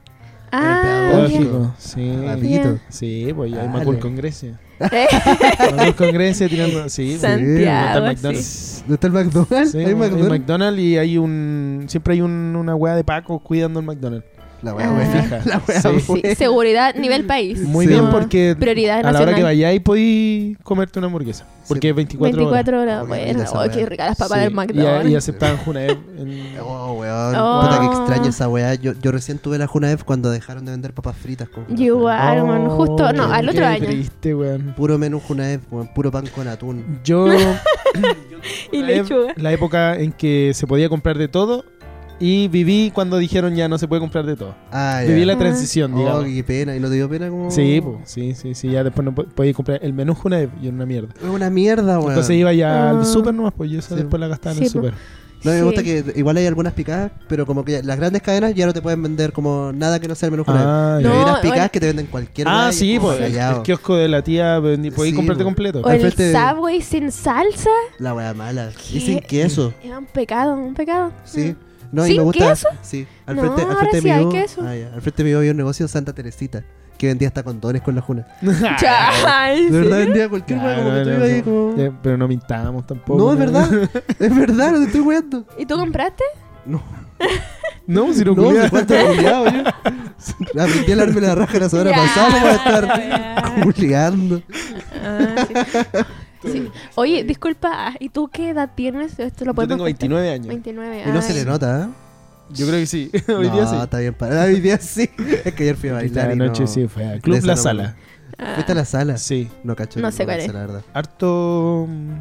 S2: Ah,
S1: pedagógico.
S2: bien.
S3: Pedagógico. Sí.
S1: Ah,
S2: bien.
S1: amiguito.
S3: Sí, pues ya hay
S1: Dale.
S3: Macul Congresia.
S2: Eh,
S3: Macul Congresia tirando. Sí, pues.
S2: Santiago, sí.
S3: Hasta McDonald's.
S1: ¿Dónde está el McDonald's?
S3: Sí,
S1: ¿Hay
S3: hay McDonald's.
S1: McDonald's?
S3: y hay un. Siempre hay un- una weá de Paco cuidando el McDonald's.
S1: La hueá
S2: Ah.
S1: buena.
S3: Fija.
S1: La hueá
S3: Sí.
S1: buena.
S2: Sí, seguridad nivel país.
S3: Muy
S1: Sí.
S3: bien,
S2: Como
S3: porque
S2: prioridad
S3: a la hora que
S2: nacional.
S3: vayáis podéis comerte una hamburguesa. Porque es 24,
S2: 24 horas.
S1: Obvio,
S2: Bueno,
S1: esa
S2: oh,
S1: weá.
S2: qué ricas las papas
S3: Sí,
S2: del McDonald's.
S3: Y, y aceptaban Junaev. en-
S1: Oh, weón.
S2: Oh.
S1: Puta que extraño esa weá. Yo, yo recién tuve la Junaef cuando dejaron de vender papas fritas. Con
S2: Yo igual, weón,
S3: Oh,
S2: Ah, justo, no, al
S3: qué
S2: otro año.
S3: triste, weón.
S1: Puro menú Junaef, weón. Puro pan con atún.
S3: Yo.
S2: Y
S3: la
S2: lechuga.
S3: ep- La época en que se podía comprar de todo. Y viví cuando dijeron ya no se puede comprar de todo.
S1: Ah,
S3: Viví
S1: ya.
S3: la
S2: Ah.
S3: transición,
S1: Oh,
S3: digamos.
S1: qué pena. ¿Y no te dio pena como...?
S3: Sí, pues. po, sí, sí, sí. Ya después no po- podía comprar el menú Junaev y era una mierda.
S1: Es una mierda, weón.
S3: Entonces iba ya
S2: Ah.
S3: al súper nomás, pues yo esa
S1: Sí.
S3: después la gastaba en
S2: Sí,
S3: el
S2: po.
S3: súper.
S1: No, me
S2: Sí.
S1: gusta que igual hay algunas picadas, pero como que las grandes cadenas ya no te pueden vender como nada que no sea el menú Junaef.
S3: Ah,
S1: Pero
S3: ya.
S1: hay
S2: No,
S1: unas picadas
S2: bueno.
S1: que te venden cualquier
S3: Ah,
S1: weá y
S3: sí,
S1: es como
S3: pues el,
S1: rayado.
S3: el kiosco de la tía, pues, ni podías
S1: Sí,
S3: comprarte
S1: po.
S3: completo.
S2: O
S1: Al
S2: el
S1: frente-
S2: Subway sin salsa.
S1: La weá mala.
S2: ¿Qué?
S1: Y sin queso.
S2: Era un pecado, un pecado.
S1: Sí. No, y
S2: ¿Sin
S1: me gusta.
S2: queso?
S1: Sí. Al
S2: No,
S1: frente, al
S2: ahora
S1: frente de
S2: sí
S1: mi
S2: hay
S1: bio-
S2: queso.
S1: Ah, ya. Al frente de mi bio había un negocio Santa Teresita que vendía hasta condones con la juna.
S2: Ya, ¿en
S1: De verdad
S2: serio?
S1: vendía cualquier
S3: Claro,
S1: weá,
S3: Eh,
S1: como que tú
S3: no,
S1: ibas ahí
S3: no.
S1: como.
S3: Ya, pero no mintábamos tampoco.
S1: No, es verdad. es verdad, no te estoy weando.
S2: ¿Y tú compraste?
S1: No,
S3: no, si no,
S1: no,
S3: culiaba.
S1: se cuenta culiado yo. Aprendí a larme la raja la semana
S2: Ya,
S1: pasada para estar
S2: ya.
S1: culiando.
S2: Ah, sí. Sí. Oye, disculpa, ah, ¿y tú qué edad tienes? Esto lo
S3: Yo
S2: podemos
S3: tengo 29 años.
S2: 29.
S1: Y no se
S2: ay.
S1: le nota, ¿eh?
S3: Yo creo que sí. Hoy
S1: no,
S3: día sí.
S1: está bien para. Hoy día sí. Es que ayer fui a bailar
S3: La
S1: y
S3: noche
S1: Ah, no.
S3: sí fue a Club
S1: Esa
S3: La
S1: no me
S3: Sala.
S2: Ah,
S1: Fuiste a la sala.
S3: Sí.
S1: No cacho.
S2: No sé cuál
S1: cacho,
S2: es.
S1: La verdad.
S3: Harto. mm,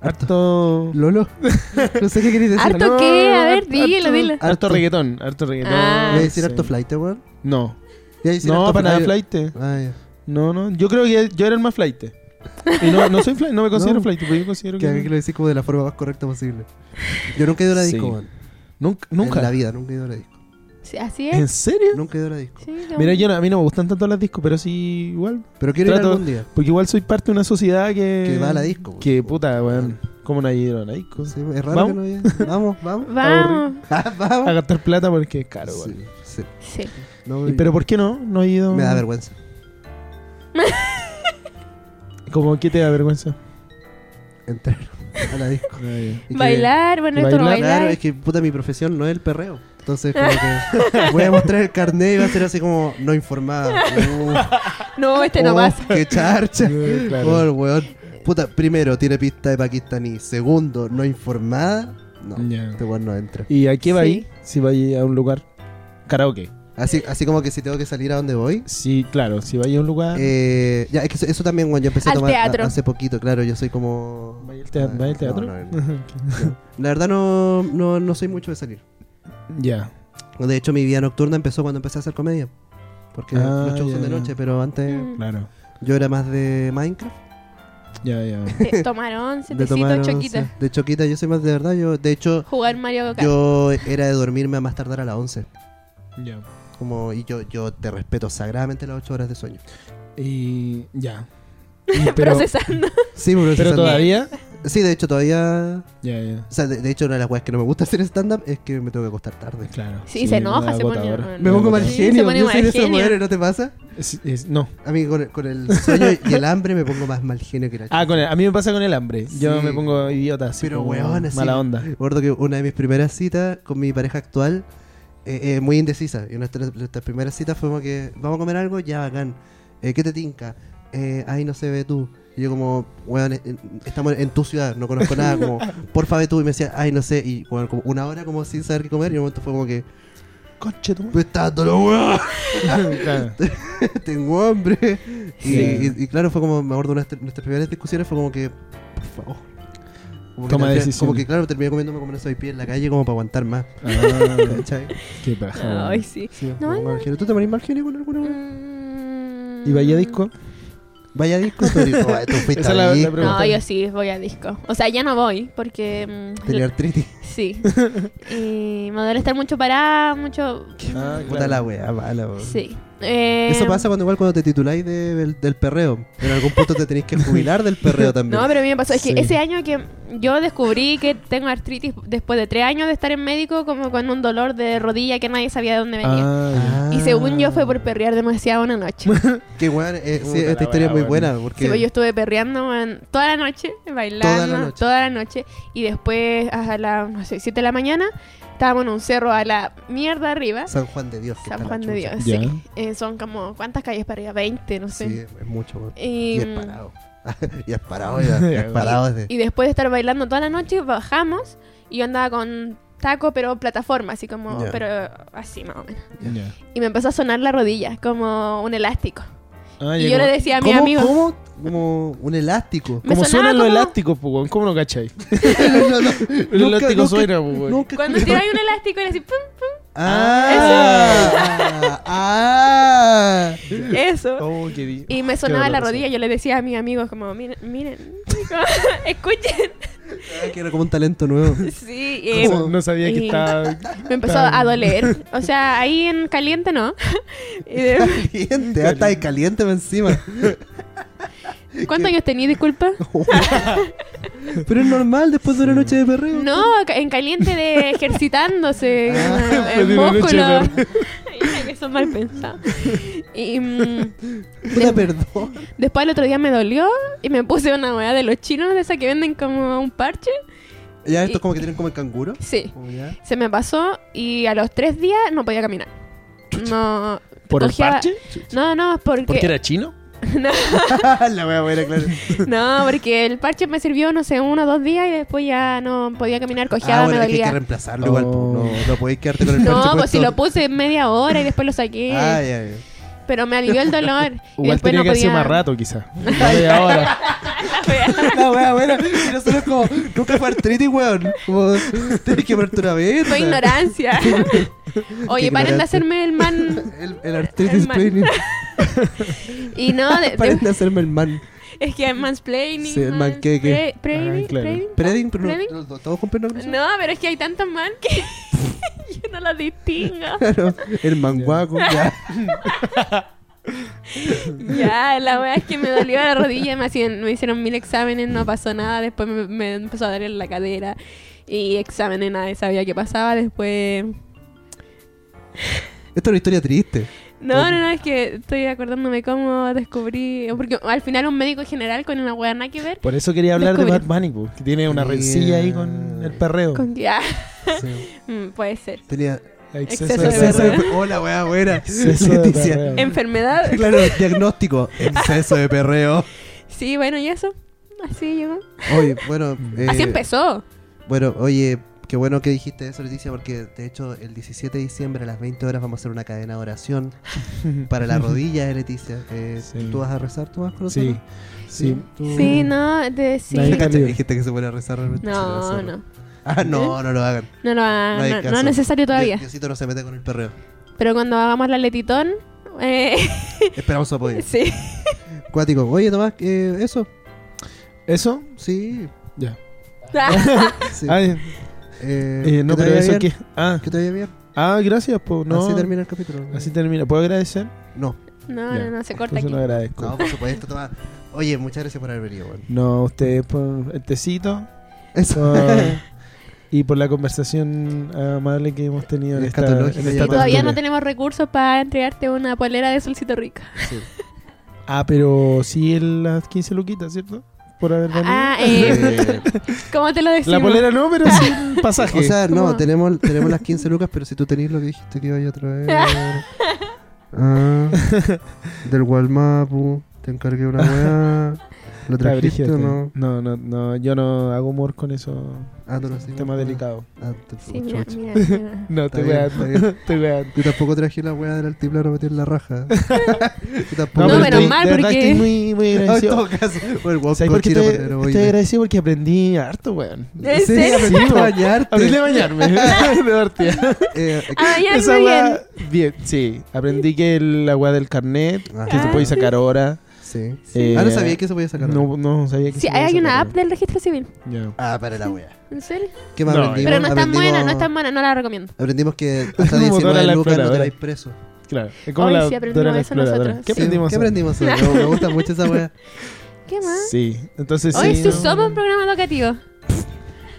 S3: Harto.
S1: Lolo. no sé qué querés decir.
S2: Harto
S3: No,
S2: qué, a ver,
S3: harto-
S2: dilo, dilo.
S3: Harto reggaetón. Harto reggaetón.
S2: Ah.
S1: Voy a decir
S3: sí.
S1: harto flight, weón.
S3: No.
S1: Voy a decir
S3: No,
S1: harto
S3: para nada
S1: flight.
S3: flight.
S1: Ah, ya.
S3: No, no. Yo creo que yo era el más flight. Y no, no soy flight, no me considero
S1: No.
S3: flight, pero yo considero
S1: Que hay que
S3: que.
S1: lo decís como de la forma más correcta posible. Yo nunca he ido a la
S3: Sí.
S1: disco, weón.
S3: Nunca. nunca. ¿Eh?
S1: En la vida, nunca he ido a la disco.
S2: Sí, así
S3: ¿En
S2: es.
S3: serio?
S1: Nunca he ido a la disco.
S2: Sí, no.
S3: Mira, yo no- a mí no me gustan tanto las discos, pero sí igual.
S1: Pero quiero ir
S3: Trato-
S1: algún día.
S3: Porque igual soy parte de una sociedad que.
S1: Que va a la disco, weón.
S3: Que puta, weón. ¿Cómo no ha ido a la disco?
S1: Sí, es raro
S3: ¿Vamos?
S1: que no haya. Vamos, vamos.
S2: Vamos.
S1: Ah,
S3: A
S1: vamos.
S3: gastar plata porque es caro, weón.
S1: Sí, sí.
S2: Sí.
S1: No,
S3: ¿Y ¿Pero por qué no? No ha ido.
S1: Me da vergüenza.
S3: ¿Cómo que te da vergüenza?
S1: Entrar a la disco. Y que-
S2: Bailar, bueno, esto no
S3: Bailar,
S1: Claro,
S2: bailar.
S1: es que puta mi profesión no es el perreo. Entonces, como que voy a mostrar el carnet y va a ser así como no informada. Uh,
S2: No, este
S1: oh,
S2: no pasa.
S1: ¡Qué charcha!
S3: Eh, claro.
S1: Oh, el weón. Puta, primero, tiene pista de pakistaní. Segundo, no informada. No,
S3: Ya.
S1: este weón no entra.
S3: ¿Y a qué va
S2: Sí.
S3: ahí? Si va a ir a un lugar. Karaoke.
S1: Así, así como que si tengo que salir a donde voy.
S3: Sí, claro. Si va a ir a un lugar.
S1: eh, ya, es que eso, eso también, weón. Yo empecé a
S2: Al
S1: tomar a-
S2: teatro.
S1: hace poquito, claro. Yo soy como. Ah,
S3: ¿Va a ir al tea- va a ir al teatro?
S1: No, no, La verdad, no, no, no soy mucho de salir.
S3: ya.
S1: De hecho, mi vida nocturna empezó cuando empecé a hacer comedia. Porque
S3: Ah,
S1: los shows
S3: ya,
S1: son de
S3: ya.
S1: noche, pero antes
S2: Mm.
S3: Claro.
S1: yo era más de Minecraft.
S3: Ya, ya.
S2: Te- Tomar once,
S1: de tomar
S2: tecito,
S1: once.
S2: choquita.
S1: De choquita, yo soy más de verdad. Yo, de hecho,
S2: Jugar Mario Kart.
S1: yo era de dormirme a más tardar a las 11.
S3: ya.
S1: Como, y yo, yo te respeto sagradamente las 8 horas de sueño.
S3: Y. Ya. Y pero,
S2: Procesando.
S1: Sí, pero,
S3: pero todavía.
S1: Sí, de hecho, todavía.
S3: Ya, ya.
S1: O sea, de, de hecho, una de las cosas que no me gusta hacer stand-up es que me tengo que acostar tarde.
S3: Claro.
S2: Sí, se enoja,
S3: es
S2: se pone-
S3: agotador.
S1: Me pongo mal
S2: Sí, se
S1: genio.
S2: pone
S1: Yo
S2: mal
S1: soy de esas
S2: genio.
S1: mujeres, ¿no te pasa?
S3: Es- es- no.
S1: A mí con, el- con el sueño y el hambre me pongo más mal genio que la
S3: Ah, con el- a mí me pasa con el hambre. Yo
S1: Sí.
S3: me pongo idiota. Así
S1: Pero
S3: como
S1: weón, así-
S3: Mala onda.
S1: Recuerdo que una de mis primeras citas con mi pareja actual, eh, eh, muy indecisa, y nuestra, nuestra primera cita fue como que, vamos a comer algo, ya bacán. Eh, ¿Qué te tinca? Eh, ahí no se ve tú. Y yo como, weón, eh, eh, estamos en tu ciudad, no conozco nada, como, porfa ve tú. Y me decía, ay, no sé. Y weón, como una hora como sin saber qué comer, y en un momento fue como que,
S3: Conche tu
S1: me está dando la weá,
S3: Claro.
S1: tengo hambre. Y,
S3: Sí.
S1: y- y claro, fue como, me acuerdo, una de nuestras primeras discusiones fue como que, por favor. Como que
S3: Toma
S1: terminé-
S3: decisión.
S1: Como que claro, terminé comiéndome como una soy pie en la calle como para aguantar más.
S3: Ah,
S1: ¿Cachai?
S3: qué paja.
S2: Ay, sí.
S1: Sí,
S2: No,
S1: como
S2: no.
S1: Margenio. ¿Tú te morís mal genio con alguna weá?
S2: Mm,
S3: ¿Y vaya disco?
S1: Vaya disco, tú, eres- oh, tú fuiste
S3: Esa
S1: a
S3: es la- la
S1: disco.
S3: pregunta.
S2: No, yo sí voy a disco. O sea, ya no voy porque... mm,
S1: Tenía artritis.
S2: Sí. y me duele estar mucho parada, mucho...
S3: Ah,
S1: Puta la wea, mala, weón.
S2: Sí. Eh,
S1: Eso pasa cuando igual cuando te tituláis de- del, del perreo. En algún punto te tenéis que jubilar del perreo también.
S2: No, pero a mí me pasó. Es que
S3: Sí.
S2: ese año que yo descubrí que tengo artritis después de tres años de estar en médico, como con un dolor de rodilla que nadie sabía de dónde venía.
S3: Ah,
S2: Y según yo fue por perrear demasiado una noche.
S1: Qué weón, eh, sí,
S3: Puta la
S1: esta historia
S3: wea,
S1: es muy
S3: weón.
S1: buena. Porque
S2: Sí, pues yo estuve perreando man, toda la noche, bailando
S1: Toda la noche.
S2: toda la noche, y después a las no sé, 7 de la mañana estábamos en un cerro a la mierda arriba,
S1: San Juan de Dios. que está
S2: San
S1: la
S2: Juan de
S1: chucha.
S2: Dios,
S3: Ya.
S2: sí. Eh, son como, ¿cuántas calles para arriba? 20, no sé.
S1: Sí, es mucho, weón.
S2: Y, mm,
S1: Y es parado. y es parado, ya. Y es parado desde.
S2: y después de estar bailando toda la noche, bajamos y yo andaba con taco, pero plataforma, así como,
S1: Ya.
S2: pero así más o menos.
S3: ya.
S2: Y me empezó a sonar la rodilla, como un elástico.
S3: Ah,
S2: y
S3: ya
S2: yo
S3: como-
S2: le decía a mi
S1: ¿Cómo,
S2: amigo,
S1: ¿Cómo? Como un elástico.
S2: Me
S3: Como
S2: sonaba
S3: suenan los
S2: como-
S3: elásticos, po, weón. ¿Cómo no cachai?
S1: No, no, no.
S3: El
S1: Nunca-
S3: elástico
S1: nunca-
S3: suena, po, weón.
S1: nunca-
S2: cuando tiráis un elástico, era así, pum,
S1: Ah, ah, ah.
S2: eso.
S3: Oh, qué di-
S2: Y me sonaba la
S3: doloroso.
S2: rodilla, yo le decía a mis amigos como, miren, miren, escuchen.
S1: Ah, que era como un talento nuevo.
S2: Sí,
S3: O
S2: eh,
S3: sea, No sabía que
S2: Y-
S3: estaba.
S2: me empezó a doler. O sea, ahí en caliente no. Y de-
S1: Caliente, hasta de caliente va encima.
S2: ¿Cuántos años tenía, disculpa?
S1: Pero es normal después de una noche de perreo.
S2: No, ca- en caliente de ejercitándose,
S3: Ah,
S2: el
S3: de una noche
S2: músculo.
S3: de-
S2: Ya que son mal pensados. Y mm,
S1: Puta, perdón.
S2: después el otro día me dolió y me puse una weá de los chinos, de esa que venden como un parche.
S1: Ya esto es como que tienen como el canguro.
S2: Sí,
S3: Oh,
S1: Como ya.
S2: se me pasó y a los tres días no podía caminar. No,
S3: ¿Por el
S2: cogía-
S3: parche?
S2: No, no, porque...
S3: ¿Porque era chino?
S1: La voy a ver, claro.
S2: No, porque el parche me sirvió, no sé, uno o dos días y después ya no podía caminar, cojeaba,
S1: Ah, bueno,
S2: me
S1: es que hay que
S2: dolía.
S1: reemplazarlo igual. po.
S3: Oh.
S1: No, no podéis quedarte con el
S2: No,
S1: parche
S2: pues si
S1: puesto.
S2: lo puse media hora y después lo saqué.
S1: Ah, ya, ya.
S2: Pero me alivió el dolor. y
S3: Igual
S2: después
S3: tenía
S2: no
S3: que hacer
S2: podía...
S3: más rato, quizás. No de ahora.
S1: La wea buena. Y nosotros como, nunca fue artritis, weón. Como, tenés que ponerte una vez.
S2: Fue ignorancia. Oye, paren
S1: ignorante.
S2: de hacerme el man.
S1: El, el artritis
S2: El man.
S1: training.
S2: Y no, de- de-
S1: Paren de hacerme el man.
S2: es que es mansplaining.
S1: Sí, el man que- que-
S2: pre- preving,
S3: Ah, claro.
S2: preving.
S1: Preding, pero
S2: ¿Preding?
S1: no, no, todos con pronombres.
S2: No, pero es que hay tantos man que yo no los distingo.
S1: Claro, el manguaco, ya.
S2: Ya, la verdad es que me dolió la rodilla, me, hacían- me hicieron mil exámenes, no pasó nada, después me, me empezó a doler la cadera y exámenes, nadie sabía qué pasaba, después...
S1: Esto es una historia triste.
S2: No, no, no, es que estoy acordándome cómo descubrí, porque al final un médico general con una hueá nada que ver,
S3: Por eso quería hablar de
S2: Descubrí.
S3: Bad Bunny, po, que tiene una
S1: Yeah.
S3: rencilla ahí con el perreo.
S2: con ya,
S1: Sí.
S2: mm, puede ser.
S1: Tenía
S2: Exceso de
S1: exceso de
S2: perreo.
S1: perreo. Hola, wea buena.
S3: Exceso de
S1: Leticia.
S3: perreo.
S2: Enfermedad.
S1: Claro, diagnóstico. Exceso de perreo.
S2: Sí, bueno, y eso, así llegó.
S1: Oye, bueno. eh,
S2: Así empezó.
S1: Bueno, oye, qué bueno que dijiste eso, Leticia, porque de hecho el 17 de diciembre a las 20 horas vamos a hacer una cadena de oración para la rodilla de Leticia. Eh,
S3: Sí.
S1: ¿Tú vas a rezar? ¿Tú vas con
S3: Sí,
S1: nosotros?
S3: sí.
S1: ¿Tú-
S2: Sí, no, de, sí.
S3: Nadie-
S1: Cacha, Dijiste que se pone a rezar realmente.
S2: No,
S1: Zorra.
S2: no,
S1: Ah, no, no lo hagan.
S2: no, lo ha-
S1: No hay
S2: no, no,
S1: caso.
S2: es necesario todavía,
S1: Dios- Diosito no se mete con el perreo.
S2: pero cuando hagamos la letitón... Eh,
S1: Esperamos su apoyo.
S2: sí.
S1: Cuático. Oye, Tomás, eh, eso.
S3: ¿Eso?
S1: Sí.
S3: Ya.
S1: sí.
S3: Ay,
S1: Eh,
S3: eh, no,
S1: ¿que te
S3: pero
S1: vaya
S3: eso
S1: bien?
S3: que. Ah,
S1: Que te vaya bien.
S3: ah, gracias, po. No,
S1: Así termina el capítulo.
S3: Así termina. ¿Puedo agradecer?
S1: No,
S2: No,
S3: Ya.
S2: no, no, se corta
S3: Entonces
S2: aquí.
S3: lo agradezco.
S1: no, por supuesto, Tomás. Oye, muchas gracias por haber venido, weón.
S3: No, a ustedes por el tecito
S1: Eso.
S3: por- y por la conversación amable que hemos tenido en esta,
S1: Escatológica
S3: en esta
S1: y
S2: Y todavía no
S3: tertulia.
S2: tenemos recursos para entregarte una polera de solcito rico.
S1: Sí.
S3: Ah, pero sí el- las 15 luquitas, ¿cierto? Por haber venido.
S2: Ah, eh,
S1: Eh,
S2: ¿cómo te lo decimos?
S3: la polera no, pero sí el pasaje.
S1: O sea, no,
S2: ¿Cómo?
S1: tenemos, tenemos las 15 lucas, pero si tú tenés lo que dijiste que iba a traer. Ah, del Walmapu, te encargué una weá. ¿Lo
S3: Está
S1: trajiste
S3: brígido,
S1: o
S3: sí.
S1: no?
S3: No, no, no, yo no hago humor con eso.
S1: Ah, no lo sé.
S3: tema delicado.
S1: Ah, te-
S2: Sí, mira,
S1: chucha.
S2: mira, mira.
S3: No,
S1: Está
S3: te
S1: bien,
S3: vean,
S1: está bien.
S3: te vean.
S1: Yo tampoco traje la weá del altiplano a meter la raja. Yo tampoco.
S2: No,
S1: Ah,
S2: pero menos
S3: estoy-
S2: mal,
S3: de verdad
S2: porque-
S3: Estoy muy, muy
S1: en
S3: agradecido.
S1: todo caso. Bueno, weón,
S3: ¿Sabes por qué
S1: cochino,
S3: estoy,
S1: pero voy-
S3: estoy agradecido? Porque aprendí harto, weón.
S2: ¿En
S1: Sí,
S2: serio?
S1: aprendiste
S3: Sí,
S1: a
S3: po.
S1: bañarte.
S3: Aprendí a bañarme. de partida.
S1: Eh, eh,
S2: Ah, ya,
S3: Esa
S2: muy bien.
S3: weá- bien, sí. Aprendí que el agua del carnet,
S1: Ajá.
S3: que se
S2: Ah,
S3: puede
S2: sí.
S3: sacar ahora.
S1: Sí.
S3: Eh,
S1: ah, no sabía que se podía sacar.
S3: No, no sabía que
S2: Sí,
S3: se podía
S2: hay una
S3: sacar
S2: app del registro civil.
S3: ahora. Ya.
S1: Ah, para la wea.
S2: ¿En serio?
S1: ¿Qué más
S3: No,
S1: aprendimos?
S2: Pero no es tan
S1: Aprendimos-
S2: buena, no es tan buena, no la recomiendo.
S1: Aprendimos que hasta
S3: Como
S1: 19
S3: Dora la
S1: lucas no te
S3: Exploradora.
S1: vais preso.
S3: Claro. Es como
S2: Hoy
S3: la
S2: sí aprendimos
S3: Dora la
S2: eso
S3: Exploradora.
S2: nosotros.
S3: ¿Qué
S1: Sí,
S3: aprendimos?
S1: ¿Qué aprendimos? hoy? Me- Me gusta mucho esa wea.
S2: ¿Qué más?
S3: Sí. Entonces
S2: Hoy
S3: sí.
S2: sí
S3: no-
S2: somos un programa educativo.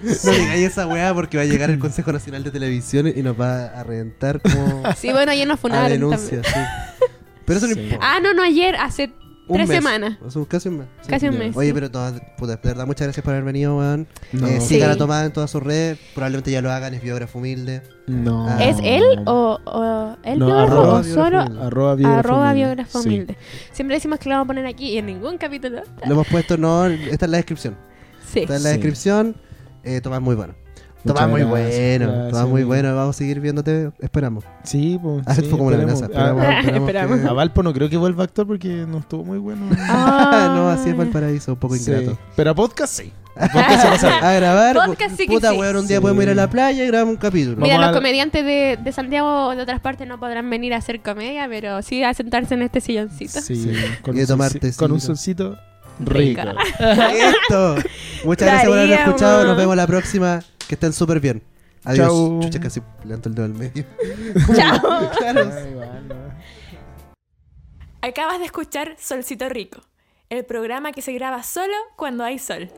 S1: No digáis esa weá porque va a llegar el Consejo Nacional de Televisión y nos va a reventar como
S2: Sí, bueno, ayer nos
S1: a
S2: funaron
S1: denuncia.
S2: también.
S1: sí. Pero eso no
S3: Sí.
S1: importa.
S2: Ah, no, no, ayer, hace
S1: Un
S2: tres
S1: mes.
S2: semanas.
S1: O sea, casi un mes. sí.
S2: Casi un
S3: ya.
S2: mes.
S1: Oye,
S2: sí.
S1: pero todas, puta, de verdad, muchas gracias por haber venido, weón.
S3: No.
S1: Eh,
S2: Sí.
S1: sigan a Tomás en todas sus redes. Probablemente ya lo hagan, es biógrafo humilde.
S3: No.
S2: ¿Es él o, o él
S3: ah. No,
S2: biógrafo o
S3: arroba
S1: biógrafo
S2: solo
S1: humilde.
S3: Arroba biógrafo
S2: arroba
S3: humilde.
S2: biógrafo
S3: Sí.
S2: humilde? Siempre decimos que lo vamos a poner aquí y en ningún capítulo.
S1: Lo hemos puesto, no, está en la descripción.
S2: Sí.
S1: Está en la
S3: Sí.
S1: descripción. Eh, Tomás muy bueno. Tomás
S3: Muchas
S1: muy
S3: gracias,
S1: bueno.
S3: gracias,
S1: Tomás muy
S3: amigo.
S1: bueno. Vamos a seguir viéndote. Esperamos.
S3: Sí, pues.
S1: Ah,
S3: sí,
S1: fue como una
S3: esperemos. Ah,
S1: amenaza. Esperamos.
S3: A-
S1: esperamos
S2: Esperamos.
S1: que-
S3: A Valpo no creo que vuelva a actor porque no estuvo muy bueno.
S2: Ah.
S1: no, así es Valparaíso, un poco
S3: Sí.
S1: ingrato.
S3: Pero a podcast sí. A podcast se pasa bien.
S1: A grabar.
S2: Podcast sí que
S1: puta
S2: sí.
S1: weón, un día
S3: Sí.
S1: podemos ir a la playa y grabamos un capítulo.
S3: Vamos
S2: Mira, los
S3: al-
S2: comediantes de, de Santiago o de otras partes no podrán venir a hacer comedia, pero sí a sentarse en este silloncito.
S3: Sí, con
S1: Y de
S3: un
S1: tomarte
S3: solci- con un
S1: sidra.
S3: solcito rico.
S2: Rica.
S1: Esto. Muchas gracias por haber
S2: Daríamos.
S1: escuchado. Nos vemos la próxima. Que estén súper bien. Adiós.
S3: Chau.
S1: Chucha, casi levanto el dedo al medio.
S2: Chao.
S1: Claro.
S3: Ay, bueno.
S4: Acabas de escuchar Solcito Rico, el programa que se graba solo cuando hay sol.